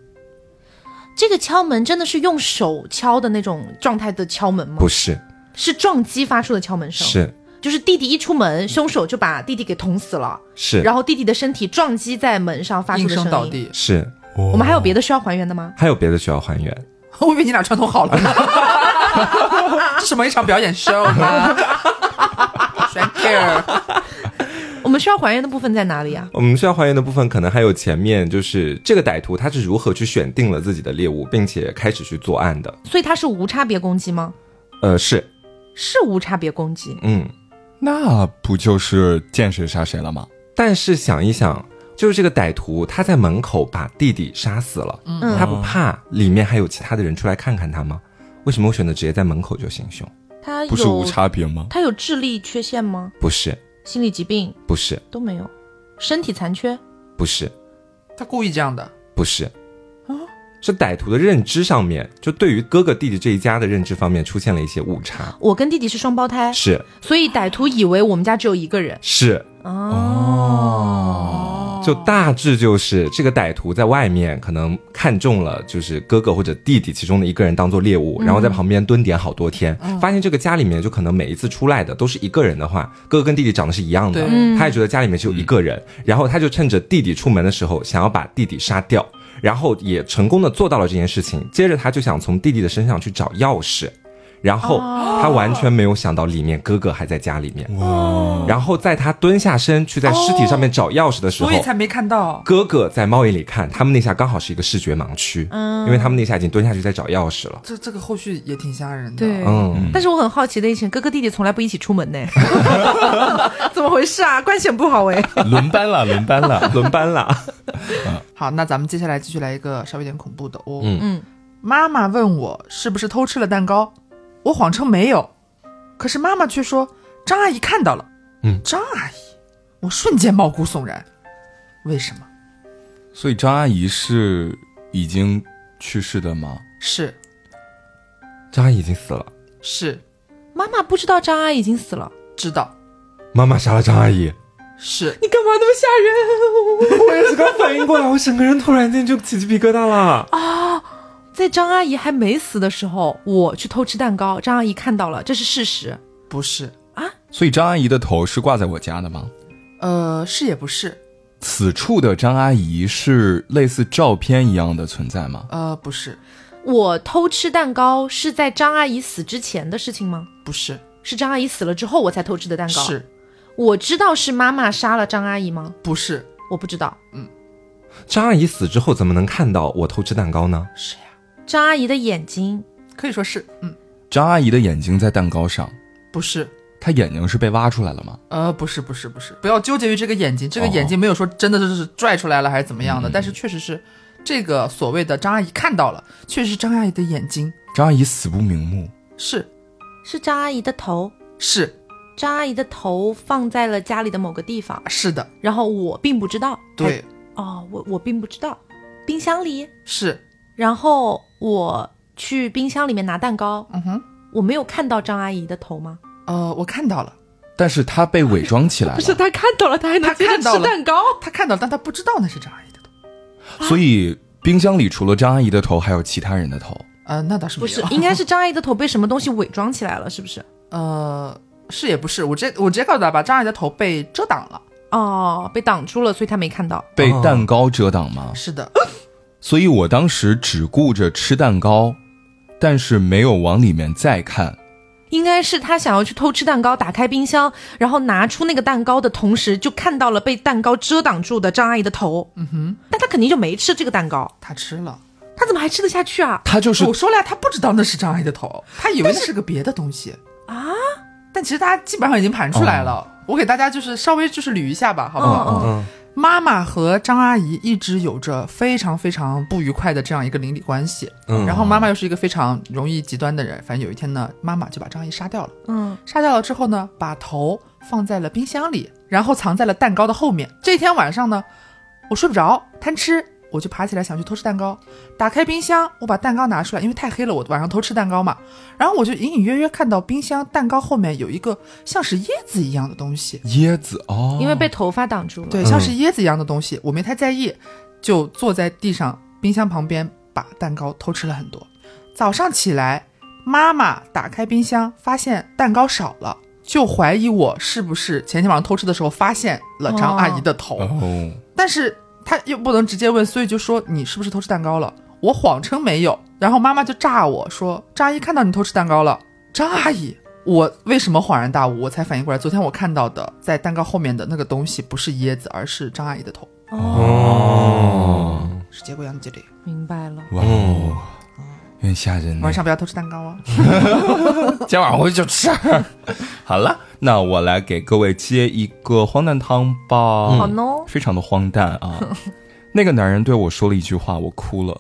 这个敲门真的是用手敲的那种状态的敲门吗不？是是撞击发出的敲门声。，是就是弟弟一出门，凶手就把弟弟给捅死了，是然后弟弟的身体撞击在门上发出应的声声音。倒地。是。我们还有别的需要还原的吗？还有别的需要还原？我以为你俩串通好 了呢。这什么一场表演 show 吗？Thank you。我们需要还原的部分在哪里啊？我们需要还原的部分，可能还有前面就是这个歹徒他是如何去选定了自己的猎物，并且开始去作案的。所以他是无差别攻击吗？呃，是，是无差别攻击。嗯，那不就是见谁杀谁了吗？哎但是想一想，就是这个歹徒他在门口把弟弟杀死了，嗯他不怕里面还有其他的人出来看看他吗？为什么我选择直接在门口就行凶？他有不是无差别 吗？他有智力缺陷吗？不是，心理疾病不是，都没有，身体残缺。不是，他故意这样的，不是，啊，是歹徒的认知上面，就对于哥哥弟弟这一家的认知方面出现了一些误差。我跟弟弟是双胞胎，是所以歹徒以为我们家只有一个人。是，哦，就大致就是这个歹徒在外面可能看中了，就是哥哥或者弟弟其中的一个人当做猎物，然后在旁边蹲点好多天，发现这个家里面就可能每一次出来的都是一个人的话，哥哥跟弟弟长得是一样的对，他也觉得家里面只有一个人，然后他就趁着弟弟出门的时候想要把弟弟杀掉，然后也成功的做到了这件事情。接着他就想从弟弟的身上去找钥匙。然后哦他完全没有想到里面哥哥还在家里面，然后在他蹲下身去在尸体上面找钥匙的时候，所以才没看到。哥哥在猫眼里看，他们那下刚好是一个视觉盲区，嗯因为他们那下已经蹲下去在找钥匙了。这这个后续也挺吓人的。对，嗯，但是我很好奇的一点，哥哥弟弟从来不一起出门 呢，怎么回事啊？ 关系很不好哎。轮班了，轮班了，轮班了， 好，那咱们接下来继续来一个稍微有点恐怖的哦。嗯嗯，妈妈问我是不是偷吃了蛋糕，我谎称没有，可是妈妈却说张阿姨看到了。嗯，张阿姨，我瞬间毛骨悚然，为什么？所以张阿姨是已经去世的吗？是张阿姨已经死了，是妈妈不知道张阿已经死了，知道，妈妈杀了张阿姨。是你干嘛那么吓人？我也是刚反应过来，我整哎个人突然间就起鸡皮疙瘩了。在张阿姨还没死的时候，我去偷吃蛋糕，张阿姨看到了，这是事实。不是？所以张阿姨的头是挂在我家的吗？呃，是也不是？此处的张阿姨是类似照片一样的存在吗？呃，不是，我偷吃蛋糕是在张阿姨死之前的事情吗？不是，是张阿姨死了之后我才偷吃的蛋糕。，是我知道是妈妈杀了张阿姨吗？不是？我不知道。张阿姨死之后怎么能看到我偷吃蛋糕呢？是呀，张阿姨的眼睛，可以说是，嗯，张阿姨的眼睛在蛋糕上，不是。她眼睛是被挖出来了吗？呃，不是，不是，不是，不要纠结于这个眼睛，这个哦眼睛没有说真的就是拽出来了还是怎么嗯样的，但是确实是这个所谓的张阿姨看到了，确实是张阿姨的眼睛，张阿姨死不瞑目，是是张阿姨的头。是张阿姨的头放在了家里的某个地方，是的，然后我并不知道。对，哦，我我并不知道，冰箱里。是，然后我去冰箱里面拿蛋糕，嗯哼，我没有看到张阿姨的头吗？呃，我看到了，但是她被伪装起来不是，了，她看到了，她还能她接着看到吃了蛋糕。他看到了，但他不知道那是张阿姨的头，所以冰箱里除了张阿姨的头，还有其他人的头。呃，那倒是不没是有，应该是张阿姨的头被什么东西伪装起来了，是不是？ 呃，是也不是，我直接我直接告诉大家吧，张阿姨的头被遮挡了，哦，被挡住了，所以她没看到。被蛋糕遮挡吗？哦是的，所以我当时只顾着吃蛋糕，但是没有往里面再看。应该是她想要去偷吃蛋糕，打开冰箱，然后拿出那个蛋糕的同时，就看到了被蛋糕遮挡住的张阿姨的头。嗯哼，但她肯定就没吃这个蛋糕，他吃了。她怎么还吃得下去啊？她就是我说了呀，他不知道那是张阿姨的头，他以为那是个别的东西啊。但其实大家基本上已经盘出来了。我给大家就是稍微就是捋一下吧，好不好？嗯嗯，妈妈和张阿姨一直有着非常非常不愉快的这样一个邻里关系。嗯然后妈妈又是一个非常容易极端的人，反正有一天呢，妈妈就把张阿姨杀掉了。嗯，杀掉了之后呢，把头放在了冰箱里，然后藏在了蛋糕的后面。这天晚上呢，我睡不着，贪吃，我就爬起来想去偷吃蛋糕。打开冰箱，我把蛋糕拿出来，因为太黑了，我晚上偷吃蛋糕嘛。然后我就隐隐约约看到冰箱蛋糕后面有一个像是椰子一样的东西，椰子哦，因为被头发挡住了。对，像是椰子一样的东西，我没太在意，就坐在地上冰箱旁边，把蛋糕偷吃了很多。早上起来，妈妈打开冰箱，发现蛋糕少了，就怀疑我是不是前天晚上偷吃的时候发现了张阿姨的头，哦，但是她又不能直接问，所以就说你是不是偷吃蛋糕了？我谎称没有，然后妈妈就炸我说张阿姨看到你偷吃蛋糕了，张阿姨。我为什么恍然大悟？我才反应过来，昨天我看到的在蛋糕后面的那个东西不是椰子，而是张阿姨的头。哦，是结果样子的。明白了。哇哦，有点吓人呢。晚上不要偷吃蛋糕哦。今天晚上回去就吃。 好了，那我来给各位接一个荒诞汤吧。好呢，非常的荒诞啊！ 那个男人对我说了一句话，我哭了，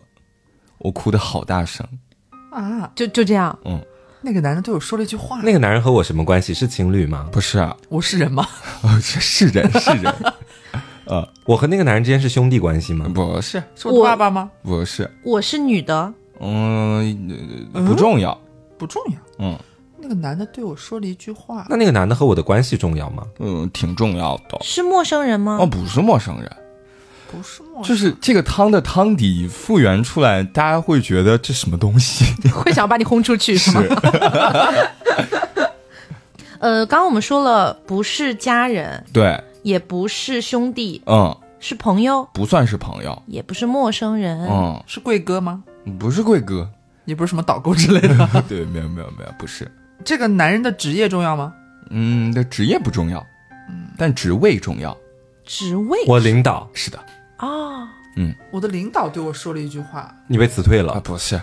我哭的好大声。啊，就就这样。嗯，那个男的对我说了一句话，那个男人和我什么关系？是情侣吗？不是、啊， 我是人吗？哦是是人是人， 我和那个男人之间是兄弟关系吗？不是是我我的爸爸吗？不是，我是女的，嗯，呃不重要，不重要。嗯那个男的对我说了一句话，那那个男的和我的关系重要吗？嗯，挺重要的。是陌生人吗？哦，不是陌生人，不是陌生，就是这个汤的汤底复原出来，大家会觉得这什么东西？ 会想要把你轰出去是吗？ 呃，刚刚我们说了，不是家人，对，也不是兄弟，嗯，是朋友，不算是朋友，也不是陌生人。嗯，是贵哥吗？不是贵哥，也不是什么导购之类的。 对，没有没有没有，不是，这个男人的职业重要吗？嗯，的职业不重要，但职位重要。职位 我领导，是的，哦，我的领导对我说了一句话，你被辞退啊，了，不是。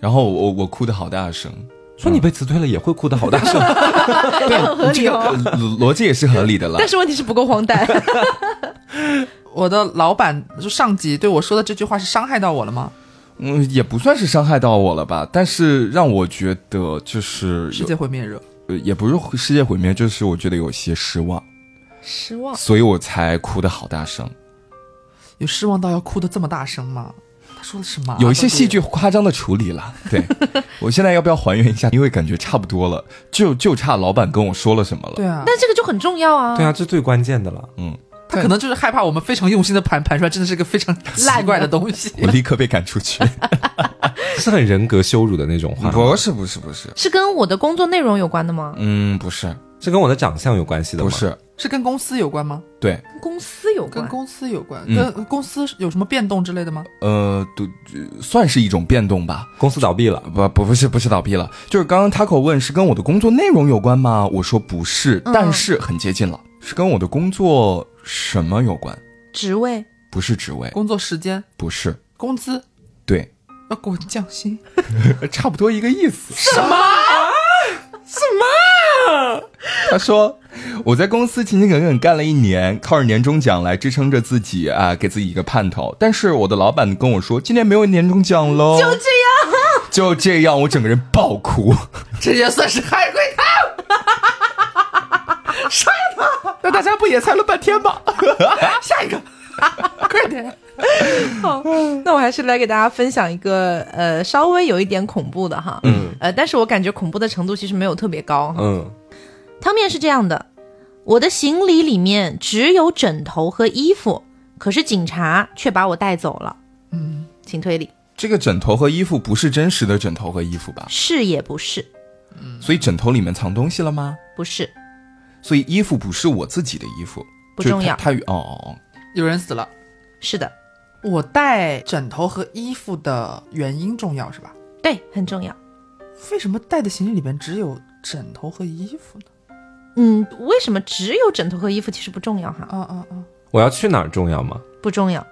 然后我我哭的好大 声，说你被辞退了也会哭得好大声。对，这个呃逻逻辑也是合理 的了但。是问题是不够荒诞。我的老板就上级对我说的这句话是伤害到我了吗？嗯，也不算是伤害到我了吧，但是让我觉得就是世有界毁灭热，呃也不是世界毁灭，就是我觉得有些失望， 失哦望。所以我才哭的好大声。有失望到要哭的这么大声吗？他说的什么啊？有一些戏剧到夸张的处理了。 对我现在要不要还原一下？因为感觉差不多了，就就差老板跟我说了什么底了。对啊，但这个就很重要啊。 对啊，这最关键的了。他可能就是害怕我们非常用心的盘 盘出来，真的是个非常奇怪的东西。我立刻被赶出去。是很人格羞辱的那种话， 不是不是不是，是跟我的工作内容有关的吗？嗯，不是是跟我的长相有关系的吗？不，是，是跟公司有关吗？对，跟公司有跟关。公司有关，嗯跟公司有什么变动之类的吗？呃，都呃算是一种变动吧。公司倒闭了，不不不是不是倒闭了，就是刚刚 Taco 问是跟我的工作内容有关吗？我说不是，嗯但是很接近了，是跟我的工作什么有关？职位不是职位，工作时间、不是，工资对，要给我降薪， 差不多一个意思。什么？什么？他说我在公司勤勤恳恳干了一年，靠着年终奖来支撑着自己啊，给自己一个盼头。但是我的老板跟我说，今年没有年终奖喽。就这样，就这样，我整个人爆哭。 这也算是海龟汤。 杀他！那大家不也猜了半天吗？ 下一个，快点！ 那我还是来给大家分享一个呃稍微有一点恐怖的哈，嗯，呃，但是我感觉恐怖的程度其实没有特别高哈。嗯，汤面是这样的，我的行李里面只有枕头和衣服，可是警察却把我带走了。嗯，请推理，这个枕头和衣服不是真实的枕头和衣服吧？是也不是，嗯所以枕头里面藏东西了吗？不是，所以衣服不是我自己的衣服，不就是重要他他与哦哦有人死了，是的，我带枕头和衣服的原因重要是吧？对，很重要。为什么带的行李里边只有枕头和衣服呢？嗯，为什么只有枕头和衣服其实不重要哈？啊啊嗯啊！我要去哪儿重要吗？不重要，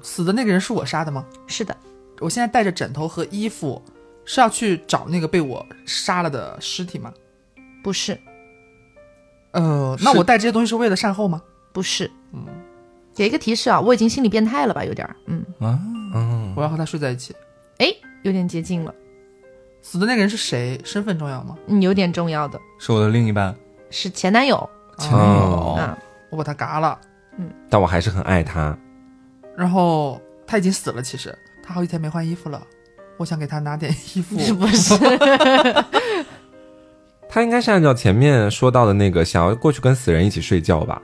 死的那个人是我杀的吗？是的，我现在带着枕头和衣服，是要去找那个被我杀了的尸体吗？不是，呃，那是我带这些东西是为了善后吗？不是，嗯，给一个提示啊，我已经心理变态了吧，有点儿，嗯，我要和他睡在一起。哎，有点接近了，死的那个人是谁？身份重要吗？嗯，有点重要的哦，是我的另一半。是前男友嗯哦， 啊，我把他嘎了，但我还是很爱他，然后他已经死了。其实他好几天没换衣服了，我想给他拿点衣服。是不是？他应该是按照前面说到的那个，想要过去跟死人一起睡觉吧？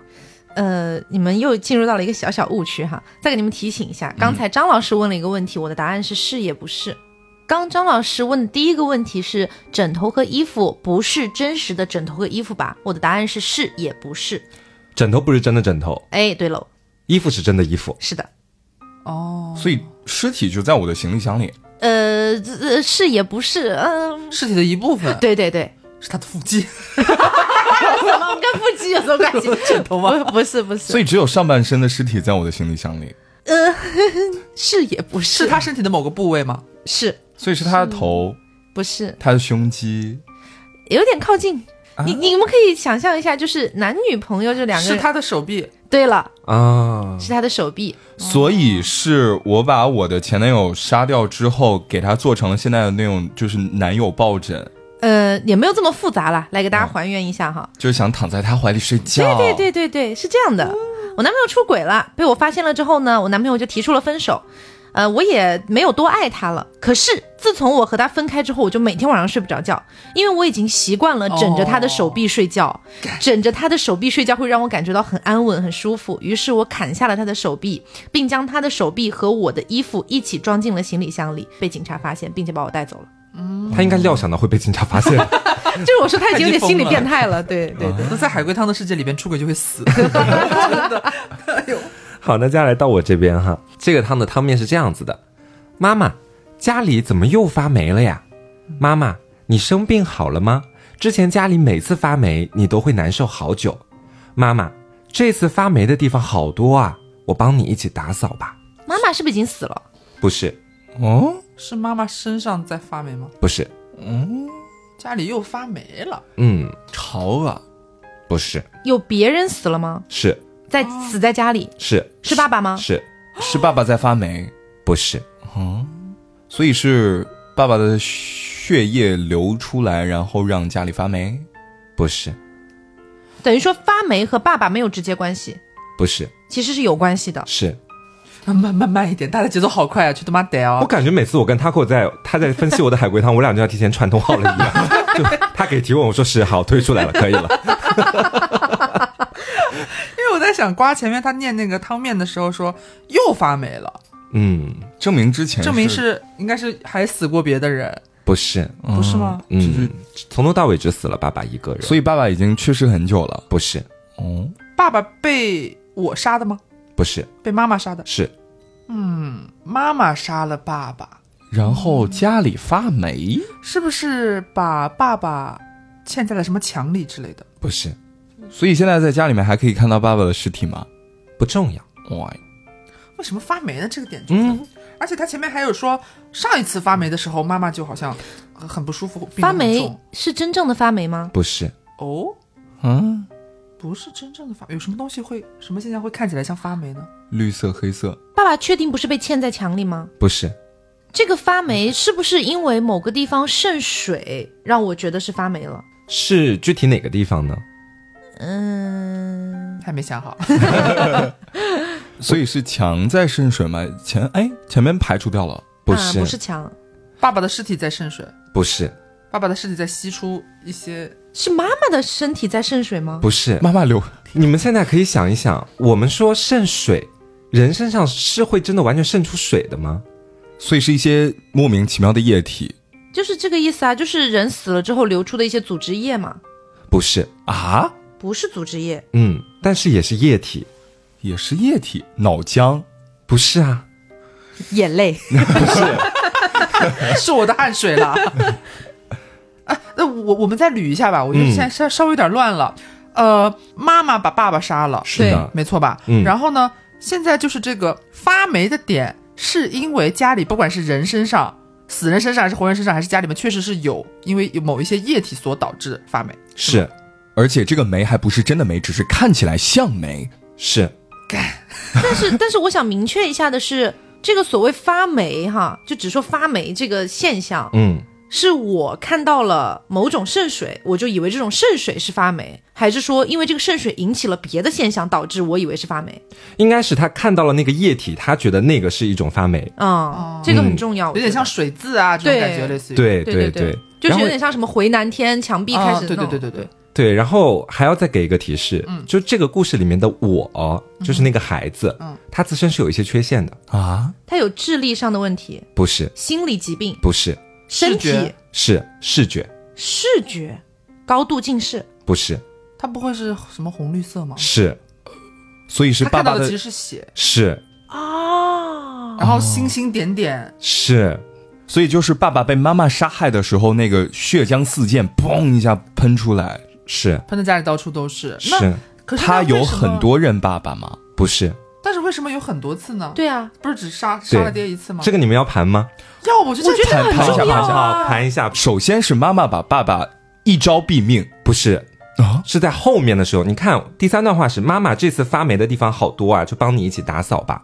呃，你们又进入到了一个小小误区哈，再给你们提醒一下，嗯刚才张老师问了一个问题，我的答案是是也不是。刚张老师问的第一个问题是枕头和衣服不是真实的枕头和衣服吧？我的答案是是也不是。枕头不是真的枕头，哎，对喽，衣服是真的衣服，是的，哦，所以尸体就在我的行李箱里。呃，这这是也不是，嗯、尸体的一部分对对对，是他的腹 肌，怎么跟腹肌有什么关 系？枕头吗？不不是不是，所以只有上半身的尸体在我的行李箱里，是也不是，是他身体的某个部位吗？是所以是他的头、不是他的胸肌。有点靠近？你你们可以想象一下，就是男女朋友就两个啊是人，他的手臂，对了，啊，是他的手臂，所以是我把我的前男友杀掉之后，给他做成了现在的那种，就是男友抱枕，呃，也没有这么复杂啦，来给大家还原一下哈。就是想躺在他怀里睡觉。对对对对，是这样的，我男朋友出轨了，被我发现了之后呢，我男朋友就提出了分手。呃，我也没有多爱他了。可是自从我和他分开之后，我就每天晚上睡不着觉，因为我已经习惯了枕着他的手臂睡觉，枕着他的手臂睡觉会让我感觉到很安稳、很舒服。于是我砍下了他的手臂，并将他的手臂和我的衣服一起装进了行李箱里，被警察发现，并且把我带走了。他应该料想到会被警察发现。 就是我说他已经有点心理太疯了嗯变态了，对对对。那在海龟汤的世界里边出轨就会死。 好，那接下来到我这边哈，这个汤的汤面是这样子的：妈妈，家里怎么又发霉了呀？妈妈，你生病好了吗？之前家里每次发霉，你都会难受好久。妈妈，这次发霉的地方好多啊，我帮你一起打扫吧。妈妈是不是已经死了？不是，哦，是妈妈身上在发霉吗？不是，家里又发霉了，嗯，潮啊，不是，有别人死了吗？是在死在家里是是爸爸吗？是，是爸爸在发霉。不是所以是爸爸的血液流出来，然后让家里发霉。不是等于说发霉和爸爸没有直接关系，不是其实是有关系的。是慢慢慢一点，大家节奏好快啊！去他妈得我哦！感觉每次我跟 Taco 在他在分析我的海龟汤，我俩就像提前串通好了一样。就他给提问，我说是好，推出来了，可以了。因为我在想，瓜前面他念那个汤面的时候说又发霉了，嗯，证明之前证明是应该是还死过别的人，不是，不是吗？嗯，从头到尾只死了爸爸一个人，所以爸爸已经去世很久了。不是，哦，爸爸被我杀的吗？不是，被妈妈杀的？是妈妈杀了爸爸，然后家里发霉，是不是把爸爸嵌在了什么墙里之类的？不是所以现在在家里面还可以看到爸爸的尸体吗？不重要？哇，为什么发霉呢？这个点就，嗯而且他前面还有说，上一次发霉的时候，妈妈就好像很很不舒服，病得发很霉重是真正的发霉吗？不是，哦，嗯，不是真正的发，有什么东西会什么现象会看起来像发霉呢？绿色黑色，爸爸确定不是被嵌在墙里吗？不是，这个发霉是不是因为某个地方渗水，让我觉得是发霉了？是具体哪个地方呢？嗯，还没想好， 所以是墙在渗水吗？前哎前面排除掉了，不啊是，不是墙，爸爸的尸体在渗水，不是，爸爸的尸体在吸出一些，是妈妈的身体在渗水吗？不是。妈妈流你们现在可以想一想，我们说渗水，人身上是会真的完全渗出水的吗？所以是一些莫名其妙的液体就是这个意思啊，就是人死了之后流出的一些组织液嘛，不是，啊，不是组织液，嗯，但是也是液体，也是液体，脑浆不是啊？眼泪。 是我的汗 水了。啊，那我我们再捋一下吧，我嗯觉得现在稍稍微有点乱了。呃，妈妈把爸爸杀了，是的，没错吧？嗯然后呢，现在就是这个发霉的点，是因为家里不管是人身上、死人身上还是活人身上，还是家里面确实是有因为有某一些液体所导致发霉。是而且这个霉还不是真的霉，只是看起来像霉。是，但是， 但是我想明确一下的是，这个所谓发霉哈，就只说发霉这个现象，嗯，是我看到了某种渗水，我就以为这种渗水是发霉，还是说因为这个渗水引起了别的现象，导致我以为是发霉？应该是他看到了那个液体，他觉得那个是一种发霉，嗯，这个很重要，我哦有点觉得像水渍啊这种对感觉，类似于。对对对对，就然是后有点像什么回南天墙壁开啊，始、对对对，对对，对，然后还要再给一个提示，就这个故事里面的我，就是那个孩子，他自身是有一些缺陷的，啊，他有智力上的问题、不是，心理疾病、不是，身视体觉、是视觉，视觉、高度近视，不是，它不会是什么红绿色吗？是所以是他爸看爸到的的其实是血，是然哦后星星点点，是，所以就是爸爸被妈妈杀害的时候，那个血浆四溅，砰一下喷出来。是喷的家里到处都是。那是，可是那他为有什么很，多任爸爸吗？不是？但是为什么有很多次呢？，对啊，不是只杀杀了爹一次吗？这个你们要盘吗？要不就这盘个盘一下，盘一下。好，盘一下，首先是妈妈把爸爸一招毙命不是。啊，是在后面的时候，你看第三段话是妈妈这次发霉的地方好多啊，就帮你一起打扫吧。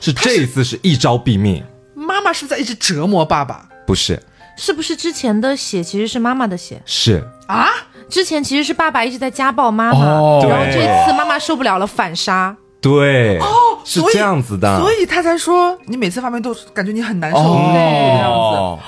是这一次是一招毙命，妈妈是不是在一直折磨爸爸不是是不是之前的血其实是妈妈的血？是啊？之前其实是爸爸一直在家暴妈妈，哦然后这对次妈妈受不了了反杀。对哦，是所以这样子的，所以他才说你每次发霉都感觉你很难受，哦对这样子。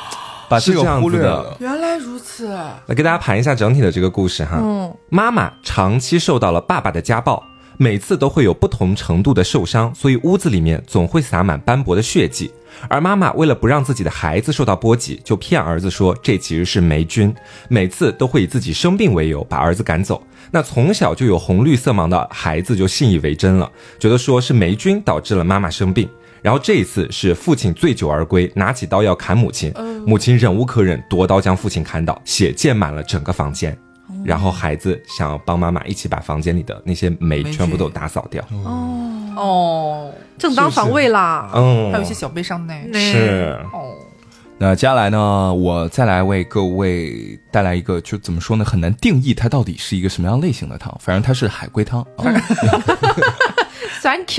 把这是这个样忽子略的了。原来如此，哦来给大家盘一下整体的这个故事哈。嗯，妈妈长期受到了爸爸的家暴，每次都会有不同程度的受伤，所以屋子里面总会洒满斑驳的血迹。而妈妈为了不让自己的孩子受到波及，就骗儿子说这其实是霉菌，每次都会以自己生病为由把儿子赶走。那从小就有红绿色盲的孩子就信以为真了，觉得说是霉菌导致了妈妈生病。然后这一次是父亲醉酒而归，拿起刀要砍母亲，嗯母亲忍无可忍，夺刀将父亲砍倒，血溅满了整个房间。哦然后孩子想要帮妈妈一起把房间里的那些霉霉全部都菌打扫掉。哦，正当防卫嗯啦。嗯，还有一些小悲伤呢。是哦，那接下来呢，我再来为各位带来一个，就怎么说呢，很难定义它到底是一个什么样类型的汤。反正它是海龟汤啊。Thank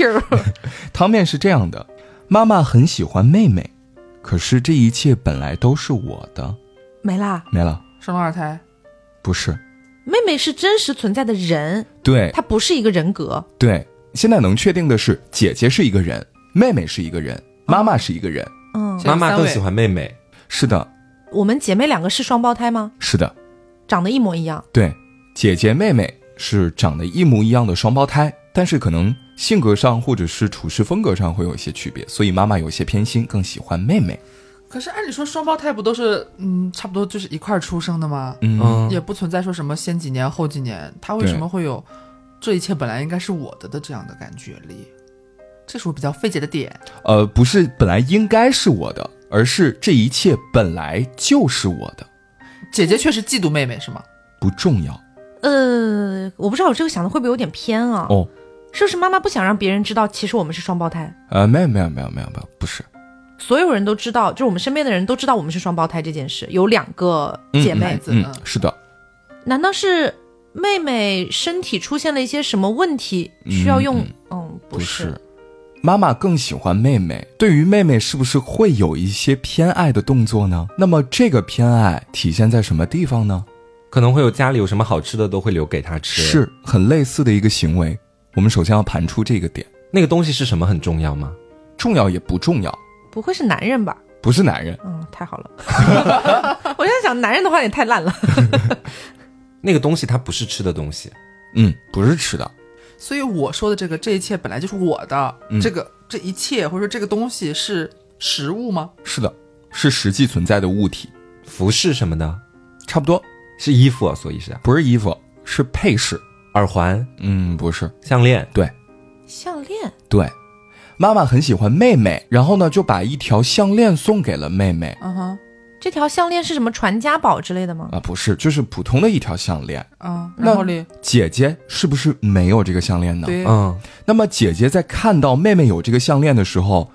you。汤面是这样的：妈妈很喜欢妹妹，可是这一切本来都是我的。没啦，没了，生了二胎，不是。妹妹是真实存在的人，对她不是一个人格。对，现在能确定的是，姐姐是一个人，妹妹是一个人，妈妈是一个人。嗯，妈妈更喜欢妹妹，是的，我们姐妹两个是双胞胎吗？是的，长得一模一样。对，姐姐妹妹是长得一模一样的双胞胎，但是可能性格上或者是处事风格上会有一些区别，所以妈妈有些偏心，更喜欢妹妹。可是按理说双胞胎不都是嗯差不多就是一块儿出生的吗？嗯，嗯，也不存在说什么先几年后几年，他为对什么会有这一切本来应该是我的的这样的感觉力？这是我比较费解的点。呃，不是本来应该是我的，而是这一切本来就是我的，姐姐确实嫉妒妹妹是吗？不重要呃，我不知道我这个想的会不会有点偏啊？哦。是不是妈妈不想让别人知道，其实我们是双胞胎？呃，没有没有没有没有没有，不是，所有人都知道，就是我们身边的人都知道我们是双胞胎这件事，有两个姐妹。妹子嗯，嗯是的，难道是妹妹身体出现了一些什么问题，需要用？嗯嗯，不不是。妈妈更喜欢妹妹，对于妹妹是不是会有一些偏爱的动作呢？那么这个偏爱体现在什么地方呢？可能会有家里有什么好吃的都会留给她吃。是很类似的一个行为。我们首先要盘出这个点，那个东西是什么很重要吗？重要也不重要，不会是男人吧？不是男人。嗯，太好了。 我现在想，男人的话也太烂了。那个东西它不是吃的东西，嗯，不是吃的。所以我说的这个这一切本来就是我的，嗯这个这一切或者说这个东西是食物吗？是的，是实际存在的物体，服饰什么的，差不多是衣服、啊，所以是啊不是衣服，是配饰。耳环、嗯，不是，项链。对项链，对。妈妈很喜欢妹妹，然后呢就把一条项链送给了妹妹嗯哼，这条项链是什么传家宝之类的吗？啊，不是，就是普通的一条项链。啊，那然后嘞，姐姐是不是没有这个项链呢？对，嗯，那么姐姐在看到妹妹有这个项链的时候，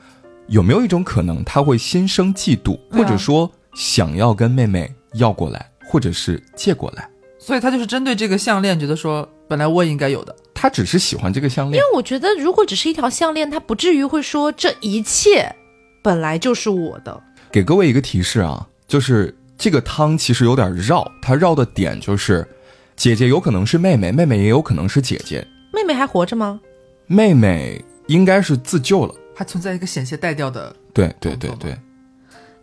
有没有一种可能，她会心生嫉妒，或者说想要跟妹妹要过来，或者是借过来？所以他就是针对这个项链，觉得说本来我也应该有的，她只是喜欢这个项链因，为我觉得，如果只是一条项链，他不至于会说这一切本来就是我的。给各位一个提示啊，就是这个汤其实有点绕，它绕的点就是，姐姐有可能是妹妹，妹妹也有可能是姐姐，妹妹还活着吗？妹妹应该是自救了。还存在一个险些带掉的，对对对对，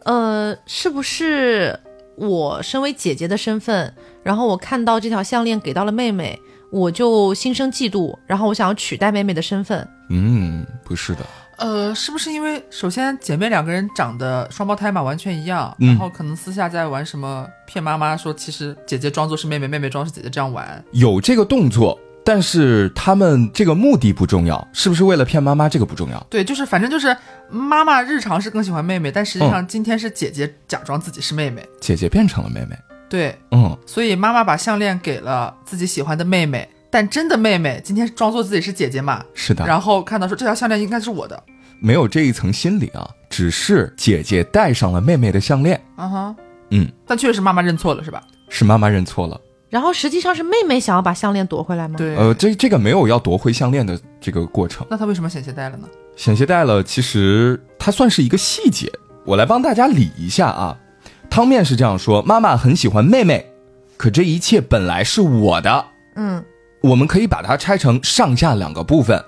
呃，是不是我身为姐姐的身份，然后我看到这条项链给到了妹妹，我就心生嫉妒，然后我想要取代妹妹的身份，嗯，不是的，呃，是不是因为首先姐妹两个人长得双胞胎嘛，完全一样，嗯然后可能私下在玩什么骗妈妈说其实姐姐装作是妹妹，妹妹装是姐姐这样玩，有这个动作，但是他们这个目的不重要，是不是为了骗妈妈这个不重要。对，就是反正就是妈妈日常是更喜欢妹妹，但实嗯际上今天是姐姐假装自己是妹妹，姐姐变成了妹妹。对，嗯，所以妈妈把项链给了自己喜欢的妹妹，但真的妹妹今天装作自己是姐姐嘛，是的，然后看到说这条项链应该是我的，没有这一层心理啊，只是姐姐戴上了妹妹的项链，嗯哼，嗯，但确实是妈妈认错了是吧？是妈妈认错了。然后实际上是妹妹想要把项链夺回来吗？，对，呃，这这个没有要夺回项链的这个过程，那她为什么险些戴了呢？险些戴了，其实它算是一个细节，我来帮大家理一下啊。汤面是这样说：妈妈很喜欢妹妹，可这一切本来是我的。嗯，我们可以把它拆成上下两个部分。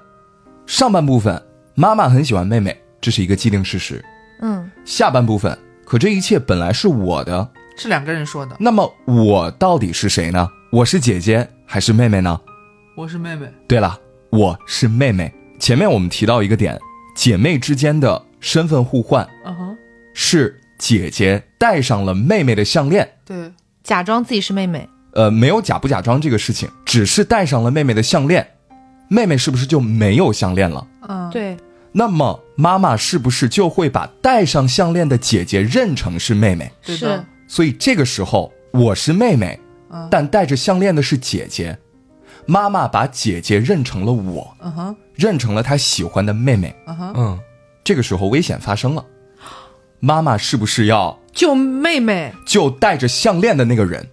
上半部分，妈妈很喜欢妹妹，这是一个既定事实。嗯，下半部分，可这一切本来是我的，是两个人说的，那么我到底是谁呢？我是姐姐还是妹妹呢？我是妹妹，对了，我是妹妹。前面我们提到一个点，姐妹之间的身份互换嗯哼，是姐姐戴上了妹妹的项链，对，假装自己是妹妹，呃，没有假不假装这个事情，只是戴上了妹妹的项链，妹妹是不是就没有项链了？嗯，，对，那么妈妈是不是就会把戴上项链的姐姐认成是妹妹？对是的，所以这个时候我是妹妹，嗯但戴着项链的是姐姐，妈妈把姐姐认成了我，嗯哼，认成了她喜欢的妹妹。嗯哼，嗯，这个时候危险发生了，妈妈是不是要救妹妹救戴着项链的那个人？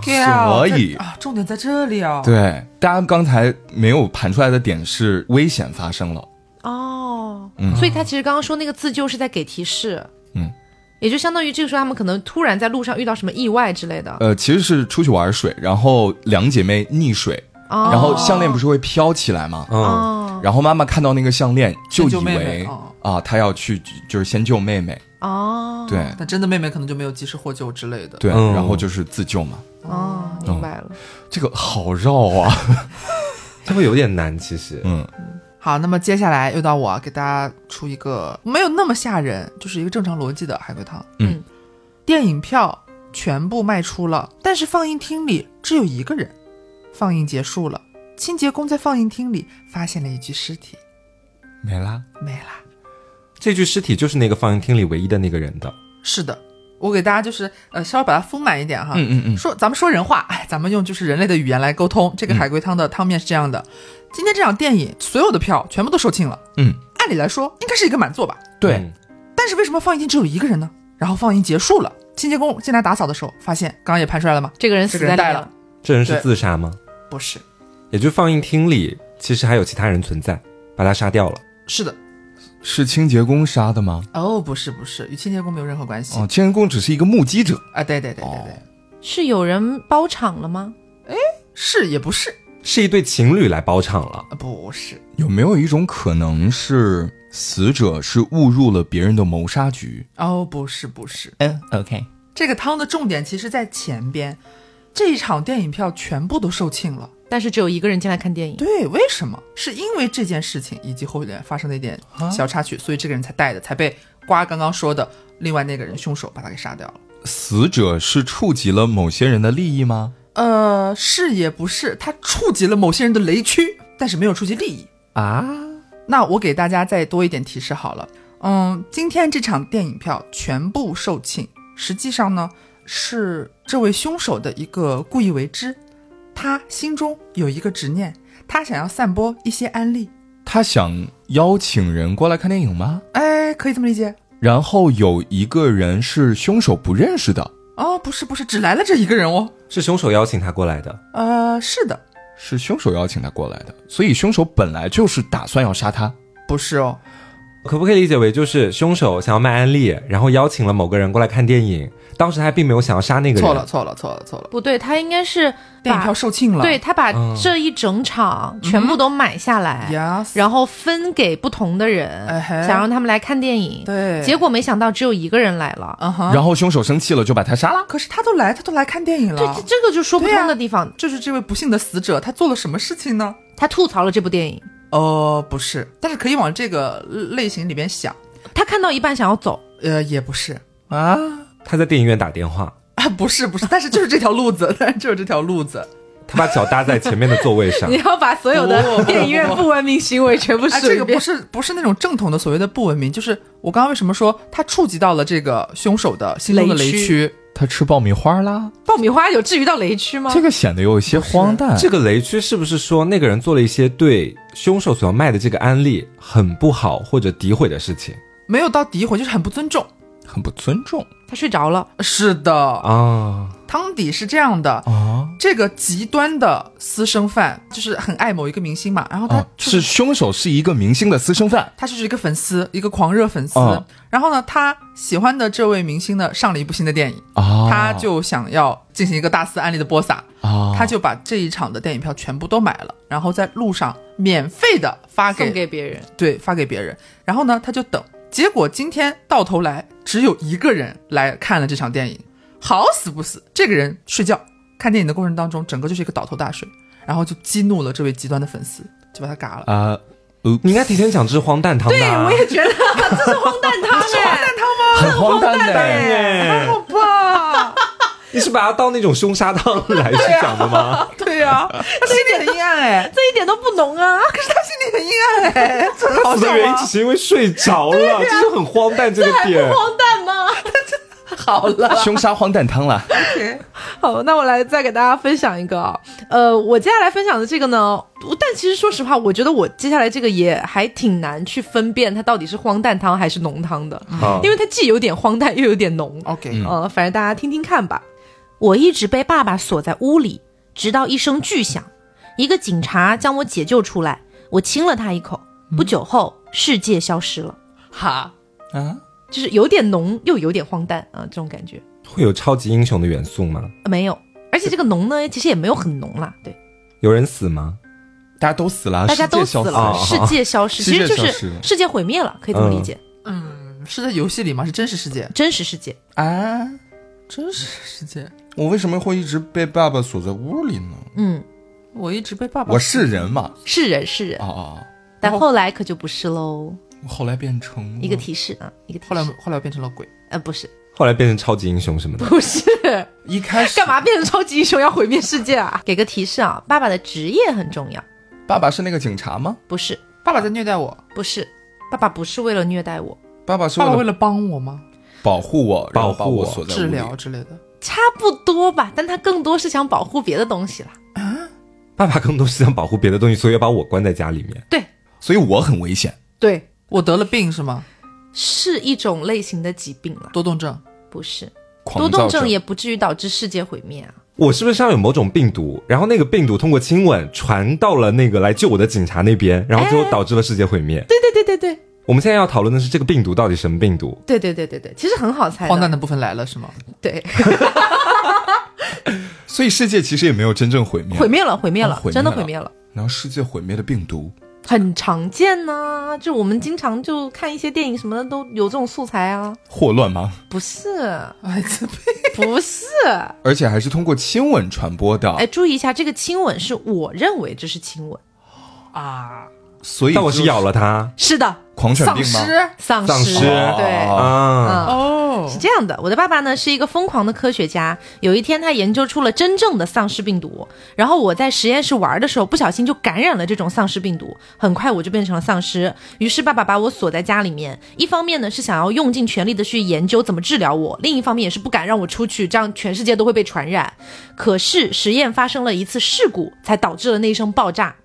啊，所以这啊，重点在这里啊，，对，大家刚才没有盘出来的点是危险发生了。哦，嗯所以他其实刚刚说那个自救是在给提示，嗯，也就相当于这个时候他们可能突然在路上遇到什么意外之类的，呃，其实是出去玩水，然后两姐妹溺水，哦、然后项链不是会飘起来吗？嗯，哦，然后妈妈看到那个项链，就先救以妹妹为哦啊，她要去就是先救妹妹，哦，对但真的妹妹可能就没有及时获救之类的。对，嗯然后就是自救嘛。哦，嗯明白了。这个好绕啊，这会有点难，其实。嗯，好，那么接下来又到我给大家出一个没有那么吓人，就是一个正常逻辑的海龟汤。嗯，电影票全部卖出了，但是放映厅里只有一个人。放映结束了，清洁工在放映厅里发现了一具尸体， 没啦，没啦。这具尸体就是那个放映厅里唯一的那个人的，是的，我给大家就是呃稍微把它丰满一点哈。嗯嗯嗯，说咱们说人话，哎，咱们用就是人类的语言来沟通。这个海龟汤的汤面是这样的：今天这场电影所有的票全部都售罄了，嗯，按理来说应该是一个满座吧，对，嗯但是为什么放映厅只有一个人呢？然后放映结束了，清洁工进来打扫的时候，发现刚刚也盘出来了吗？这个人死这个人在里带面了了，，这人是对自杀吗？不是，也就是放映厅里其实还有其他人存在，把他杀掉了。是的，是清洁工杀的吗？哦，不是，不是，与清洁工没有任何关系。哦，清洁工只是一个目击者，啊，对对对对对，哦是有人包场了吗？是也不是，是一对情侣来包场了，啊不是，有没有一种可能是死者是误入了别人的谋杀局？哦，不是，不是。哦嗯，OK，这个汤的重点其实在前边，这一场电影票全部都售罄了。但是只有一个人进来看电影。对，为什么？是因为这件事情以及后面发生的一点小插曲，所以这个人才带的，才被瓜刚刚说的另外那个人凶手把他给杀掉了。死者是触及了某些人的利益吗？呃，是也不是，他触及了某些人的雷区，但是没有触及利益。啊，那我给大家再多一点提示好了。嗯，今天这场电影票全部售罄，实际上呢是这位凶手的一个故意为之，他心中有一个执念，他想要散播一些安利。他想邀请人过来看电影吗？哎，可以这么理解？然后有一个人是凶手不认识的，哦，不是不是，只来了这一个人哦。是凶手邀请他过来的。呃，是的，是凶手邀请他过来的，所以凶手本来就是打算要杀他。不是哦。可不可以理解为就是凶手想要卖安利，然后邀请了某个人过来看电影，当时他并没有想要杀那个人。错了，错了，错了，错了。不对，他应该是电影票把售罄了。对他把嗯这一整场全部都买下来， ，yes，然后分给不同的人，哎嘿想让他们来看电影。对，结果没想到只有一个人来了。嗯哼，然后凶手生气了，就把他杀了。可是他都来，他都来看电影了。对，这这个就说不对啊通的地方。这是这位不幸的死者，他做了什么事情呢？他吐槽了这部电影，呃，不是，但是可以往这个类型里边想。他看到一半想 要走，呃，也不是啊，他在电影院打电话，啊，不是， 不是，但是就是这条路子， 但是就是这条路子。他把脚搭在前面的座位上你。要把所有不不的不电影院不文明行为全部哦啊，数这一个不遍。是不是那种正统的所谓的不文明，就是我刚刚为什么说他触及到了这个凶手的心中的雷雷区区？他吃爆米花啦，爆米花有至于到雷区吗？这个显得有一些荒诞。这个雷区是不是说那个人做了一些对凶手所要卖的这个安利很不好或者诋毁的事情没有到诋毁，就是很不尊重。很不尊重他睡着了，是的，哦啊？汤底是这样的。啊！这个极端的私生饭就是很爱某一个明星嘛，然后他啊，是凶手是一个明星的私生饭，他就是一个粉丝，一个狂热粉丝。啊嗯然后呢，他喜欢的这位明星呢上了一部新的电影，啊他就想要进行一个大肆安利的播撒，啊，他就把这一场的电影票全部都买了，然后在路上免费的发给送啊给别人。对发给别人。然后呢，他就等，结果今天到头来只有一个人来看了这场电影，好死不死，这个人睡觉看电影的过程当中，整个就是一个倒头大睡，然后就激怒了这位极端的粉丝，就把他嘎了。啊，你应该提前讲这是荒诞汤的、啊。也 觉得 这是荒诞汤哎，很荒诞的，哎好吧， 你是把它当那种凶杀汤来去讲的吗？对呀、他心里很阴暗哎，这一点都不浓啊。可是他心里很阴暗哎，这 很好他死笑的原因只吗？是因为睡着了，这就很荒诞这个点。啊荒诞吗？好啊了， 凶杀荒诞汤了。 好，那我来再给大家分享一个啊，呃，我接下来分享的这个呢，我但其实说实话，我觉得我接下来这个也还挺难去分辨它到底是荒诞汤还是浓汤的，啊因为它既有点荒诞又有点浓。 OK，呃，反正大家听听看吧。我一直被爸爸锁在屋里，直到一声巨响，一个警察将我解救出来，我亲了他一口。不久后，世界消失了，哈，啊，就是有点浓又有点荒诞啊、这种感觉、会有超级英雄的元素吗？呃没有，而且这个浓呢，其实也没有很浓啦，对。有人死吗？大家都死了，大家世都界死消了，啊世界消失，世其界实就消失是世界毁灭了，可以这么理解，嗯，是在游戏里吗？是真实世界？真实世界。哎，真实世界？我为什么会一直被爸爸锁在屋里呢？嗯，我一直被爸爸我是人嘛？是人啊是人啊，啊！但后来可就不是喽。我后来变成一个提示啊，一个提后来示，后来我变成了鬼，呃，不是 后来变成超级英雄什么的。不是，一开始干嘛变成超级英雄要毁灭世界啊？给个提示啊，爸爸的职业很重要，爸爸是那个警察吗？不是爸爸在虐待我，不是，爸爸不是为了虐待我，爸爸是爸爸为为了了帮我吗？保护我，然后保把护我我锁在屋治里。疗之类的。差不多吧，但他更多是想保护别的东西啦。爸爸更多是想保护别的东西，所以要把我关在家里面。对所以我很危险。对，我得了病是吗？是一种类型的疾病啦，多动症。不是多狂动躁症也不至于导致世界毁灭啊。我是不是上有某种病毒？然后那个病毒通过亲吻传到了那个来救我的警察那边，然后最后导致了世界毁灭。对对对对对我们现在要讨论的是这个病毒到底什么病毒？对对对对对，其实很好猜荒诞的，的部分来了是吗？对，所以世界其实也没有真正毁灭。 毁灭啊了，毁灭了哦，毁灭真的了毁灭了。然后世界毁灭的病毒，很常见呐、就我们经常就看一些电影什么的都有这种素材啊，霍乱吗？不 是，艾 滋病。不是，而且还是通过亲吻传播的。哎，注意一下，这个亲吻是我认为这是亲吻，啊，所以但我是就咬了它是的，狂犬丧病吗？尸丧丧尸，尸对，哦啊！嗯。哦是这样的，我的爸爸呢是一个疯狂的科学家。有一天，他研究出了真正的丧尸病毒，然后我在实验室玩的时候，不小心就感染了这种丧尸病毒，很快我就变成了丧尸。于是爸爸把我锁在家里面，一方面呢是想要用尽全力的去研究怎么治疗我，另一方面也是不敢让我出去，这样全世界都会被传染。可是实验发生了一次事故，才导致了那一声爆炸。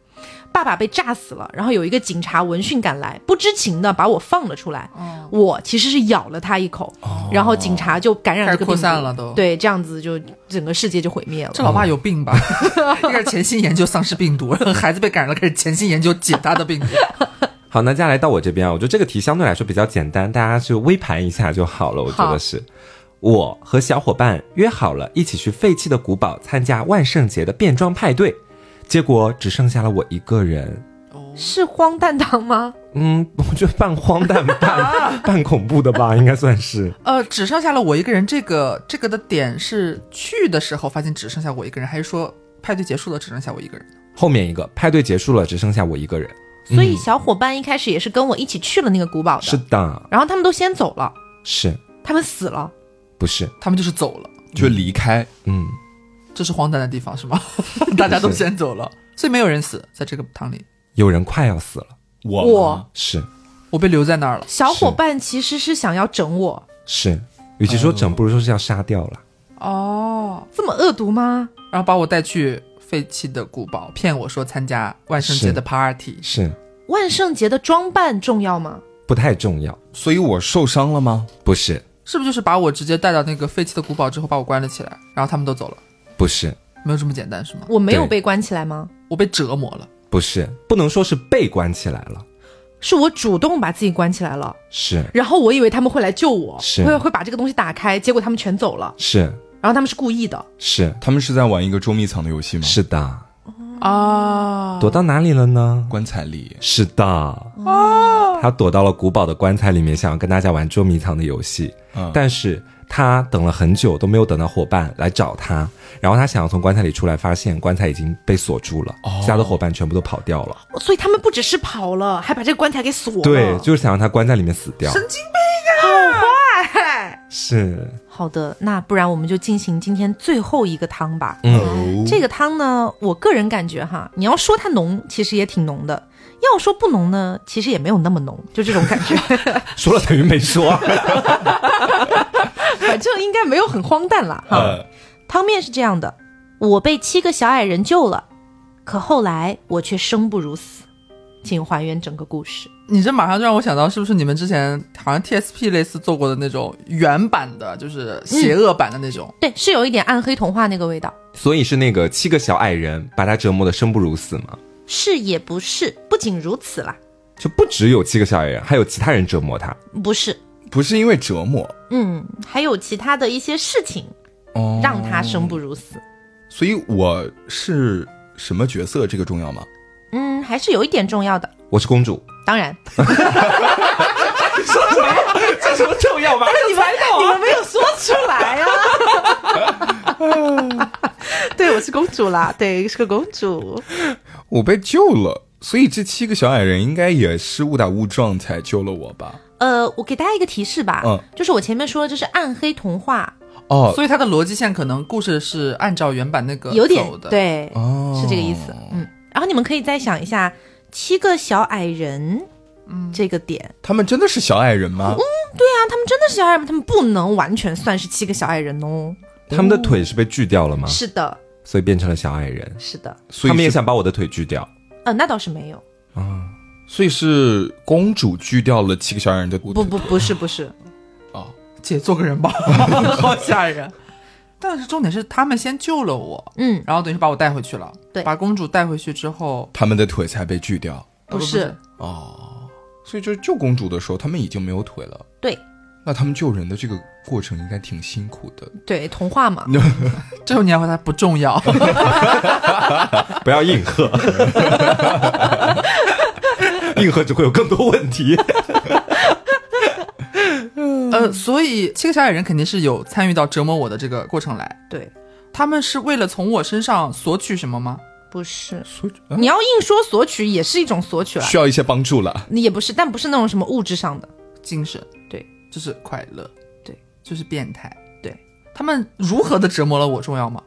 爸爸被炸死了，然后有一个警察闻讯赶来，不知情的把我放了出来。哦我其实是咬了他一口，哦然后警察就感染这个病毒开始扩散了都对，这样子就整个世界就毁灭了。这老爸有病吧？ 开始潜心研究丧尸病毒，让孩子被感染了，开始潜心研究解他的病毒。好，那接下来到我这边啊，我觉得这个题相对来说比较简单，大家就微盘一下就好了。我觉好得是，我和小伙伴约好了一起去废弃的古堡参加万圣节的变装派对，结果只剩下了我一个人。是荒诞党吗？嗯， 我觉得半荒诞、 半半恐怖的吧，应该算是。呃，只剩下了我一个人。这个这个的点是去的时候发现只剩下我一个人，还是说派对结束了只剩下我一个人？后面一个派对结束了，只剩下我一个人。所以小伙伴一开始也是跟我一起去了那个古堡的，嗯是的，然后他们都先走了，是他们死了。不是？他们就是走了，就离开，嗯，这是荒诞的地方是吗？ 大家都先走了，所以没有人死在这个堂里，有人快要死了，我我是我被留在那儿了。小伙伴其实是想要整我，是，与其说整，不如说是要杀掉了。哦，这么恶毒吗？然后把我带去废弃的古堡，骗我说参加万圣节的 party。是万圣节的装扮重要吗？不太重要，所以我受伤了吗？不是，是不是就是把我直接带到那个废弃的古堡之后，把我关了起来，然后他们都走了？不是，没有这么简单是吗？我没有对被关起来吗？我被折磨了，不是，不能说是被关起来了，是我主动把自己关起来了，是然后我以为他们会来救我，是会会把这个东西打开，结果他们全走了，是然后他们是故意的。是他们是在玩一个捉迷藏的游戏吗？是的，啊，躲到哪里了呢？棺材里。是的，哦，他躲到了古堡的棺材里面，想要跟大家玩捉迷藏的游戏，嗯但是他等了很久都没有等到伙伴来找他，然后他想要从棺材里出来，发现棺材已经被锁住了，哦其他的伙伴全部都跑掉了，所以他们不只是跑了，还把这个棺材给锁了。 对，就是想让他关在里面死掉，神经病啊，好坏，是，哎好的，那不然我们就进行今天最后一个汤吧。嗯，哦这个汤呢，我个人感觉哈，你要说它浓，其实也挺浓的；要说不浓呢，其实也没有那么浓，就这种感 觉。 说了等于没说，呃反正应该没有很荒诞啦。哈、呃，汤面是这样的：我被七个小矮人救了，可后来我却生不如死。请还原整个故事。你这马上就让我想到，是不是你们之前好像 TSP 类似做过的那种原版的，就是邪恶版的那种？对，是有一点暗黑童话那个味道，所以是那个七个小矮人把他折磨的生不如死吗？是也不是。不仅如此啦，就不只有七个小矮人，还有其他人折磨他。不是，不是因为折磨，嗯，还有其他的一些事情哦让他生不如死。所以我是什么角色？这个重要吗？嗯，还是有一点重要的。我是公主，当 然，这什么重要吗？你们你们没有说出来呀、 对，我是公主啦，对，是个公主。我被救了，所以这七个小矮人应该也是误打误撞才救了我吧？呃，我给大家一个提示吧，嗯就是我前面说的，这是暗黑童话，哦所以它的逻辑线可能故事是按照原版那个嗯有点走的，，对，哦，是这个意思。嗯，然后你们可以再想一下七个小矮人，嗯，这个点，他们真的是小矮人吗？嗯那他们真的是小矮人吗？他们不能完全算是七个小矮人哦。他们的腿是被锯掉了啊吗？是的，所以变成了小矮人。是的，所他们以也是，想把我的腿锯掉，呃，那倒是没有，所以是公主锯掉了七个小矮人的不不不不是不是，姐做个人 吧，好吓人。但是重点是他们先救了我，嗯，然后等于是把我带回去了，对把公主带回去之后，呃他们的腿才被锯掉。不不是，所以就是救公主的时候，他们已经没有腿了。对那他们救人的这个过程应该挺辛苦的。对，童话嘛，这时候你要回答不重 要， 不要硬 喝，硬喝只会有更多问题。呃，所以七个小矮人肯定是有参与到折磨我的这个过程来。对，他们是为了从我身上索取什么吗？不是。所以、啊你要硬说索取也是一种索取了，需要一些帮助了。也不是，但不是那种什么物质上的。精神，对，就是快乐，对，就是变态，对。他们如何的折磨了我重要吗？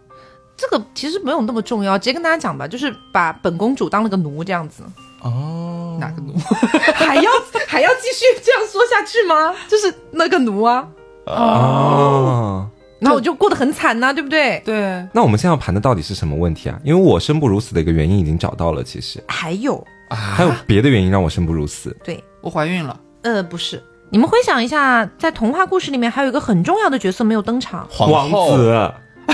这个其实没有那么重要，直接跟大家讲吧，就是把本公主当了个奴这样子，哦，哪个奴？ 嗯还要还要继续这样说下去吗？就是那个奴啊，哦，然后我就过得很惨呐、对不对？对，那我们现在要盘的到底是什么问题啊？因为我生不如死的一个原因已经找到了，其实还有，还有别的原因让我生不如死。对， 我怀孕了，呃，不是，你们回想一下，在童话故事里面还有一个很重要的角色没有登场，皇后王子，啊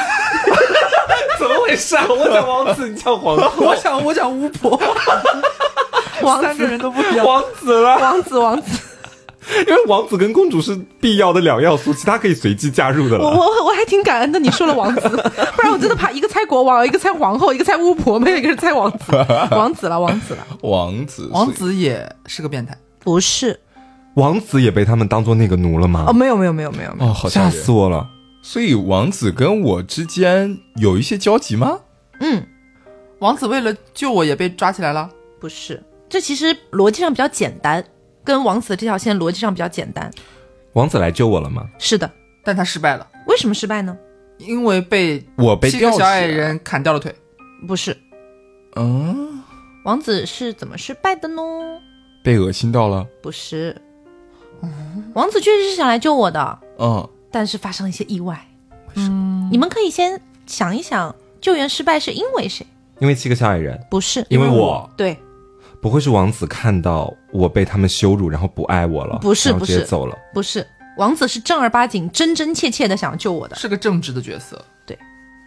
怎么回事啊？我讲王子，你讲皇后， 我想，我想巫婆，王三个子，人都不一样。王子了。王子，王子，因为王子跟公主是必要的两要素，其他可以随机加入的我了。我我还挺感恩的，你说了王 子，不然我真的怕一个猜国王，一个猜皇后，一个猜巫婆，没有一个人猜王 子，王子了，王子了，王子，王子也是个变态，不是，王子也被他们当做那个奴了吗？哦，没有，没有，没有，没有，没有哦，好吓吓死人。我了！所以王子跟我之间有一些交集吗？嗯，王子为了救我也被抓起来了。不是，这其实逻辑上比较简单，跟王子的这条线逻辑上比较简单。王子来救我了吗？是的，但他失败了，为什么失败呢？因为被我被七个吊起小矮来。人砍掉了腿。不是，嗯，王子是怎么失败的呢？被恶心到了。不是，王子确实是想来救我的，嗯，但是发生了一些意外。嗯，你们可以先想一想，救援失败是因为谁？因为七个小矮人，不是，因为因为我我对，不会是王子看到我被他们羞辱，然后不爱我了，不是然后不是直接走了。不是，王子是正儿八经、真真切切的想要救我的，是个正直的角色，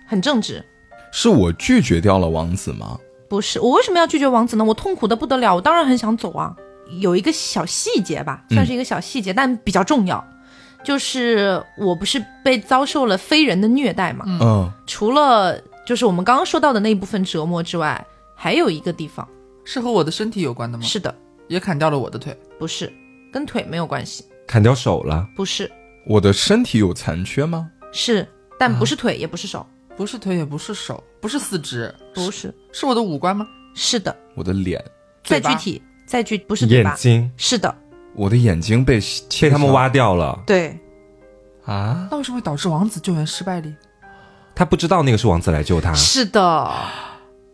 很正直。是我拒绝掉了王子吗？不是，我为什么要拒绝王子呢？我痛苦的不得了，我当然很想走啊。有一个小细节吧，嗯算是一个小细节，但比较重要，就是我不是被遭受了非人的虐待嘛。嗯，除了就是我们刚刚说到的那一部分折磨之外，还有一个地方，是和我的身体有关的吗？是的，也砍掉了我的腿。不是跟腿没有关系，砍掉手了，不是，我的身体有残缺吗？是，但不是腿，也不是手，不是腿，也不是手，不是四肢，不是，是我的五官吗？是的，我的脸，再嘴巴具体，再具不是嘴眼巴，睛是的，我的眼睛被切被他们挖掉了，对，啊！那为什么会导致王子救援失败哩？他不知道那个是王子来救他。是的。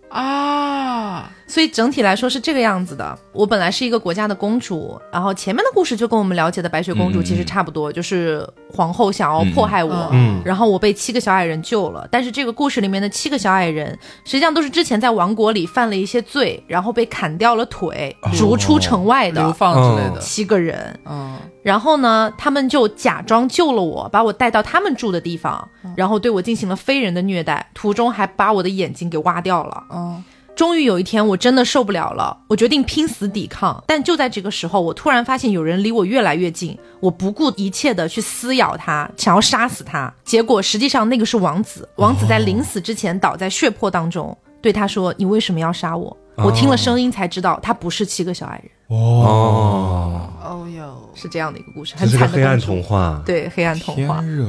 啊，所以整体来说是这个样子的。我本来是一个国家的公主，然后前面的故事就跟我们了解的白雪公主嗯嗯其实差不多，就是皇后想要迫害我，嗯嗯然后我被七个小矮人救了。但是这个故事里面的七个小矮人，实际上都是之前在王国里犯了一些罪，然后被砍掉了腿，逐出城外流的放之类的。七个人。嗯，然后呢，他们就假装救了我，把我带到他们住的地方，然后对我进行了非人的虐待，途中还把我的眼睛给挖掉了。哦，终于有一天，我真的受不了了，我决定拼死抵抗。但就在这个时候，我突然发现有人离我越来越近，我不顾一切的去撕咬他，想要杀死他。结果实际上那个是王子，王子在临死之前倒在血泊当中，对他说：“你为什么要杀我？”我听了声音才知道他不是七个小矮人，哦，哦哟，是这样的一个故事，这很是惨个的黑暗公主童话。，啊对黑暗童天话。热，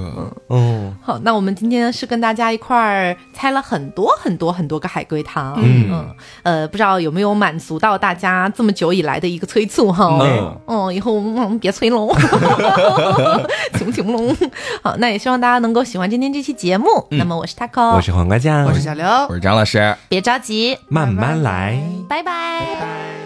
哦，好，那我们今天是跟大家一块儿猜了很多很多很多个海龟汤，嗯呃，不知道有没有满足到大家这么久以来的一个催促哈。嗯嗯，以后嗯别催 喽，请不请不喽？好，那也希望大家能够喜欢今天这期节目。那么我是 Taco，嗯我是黄瓜酱，我是小刘，我是张老师。别着急，慢慢来。拜拜拜。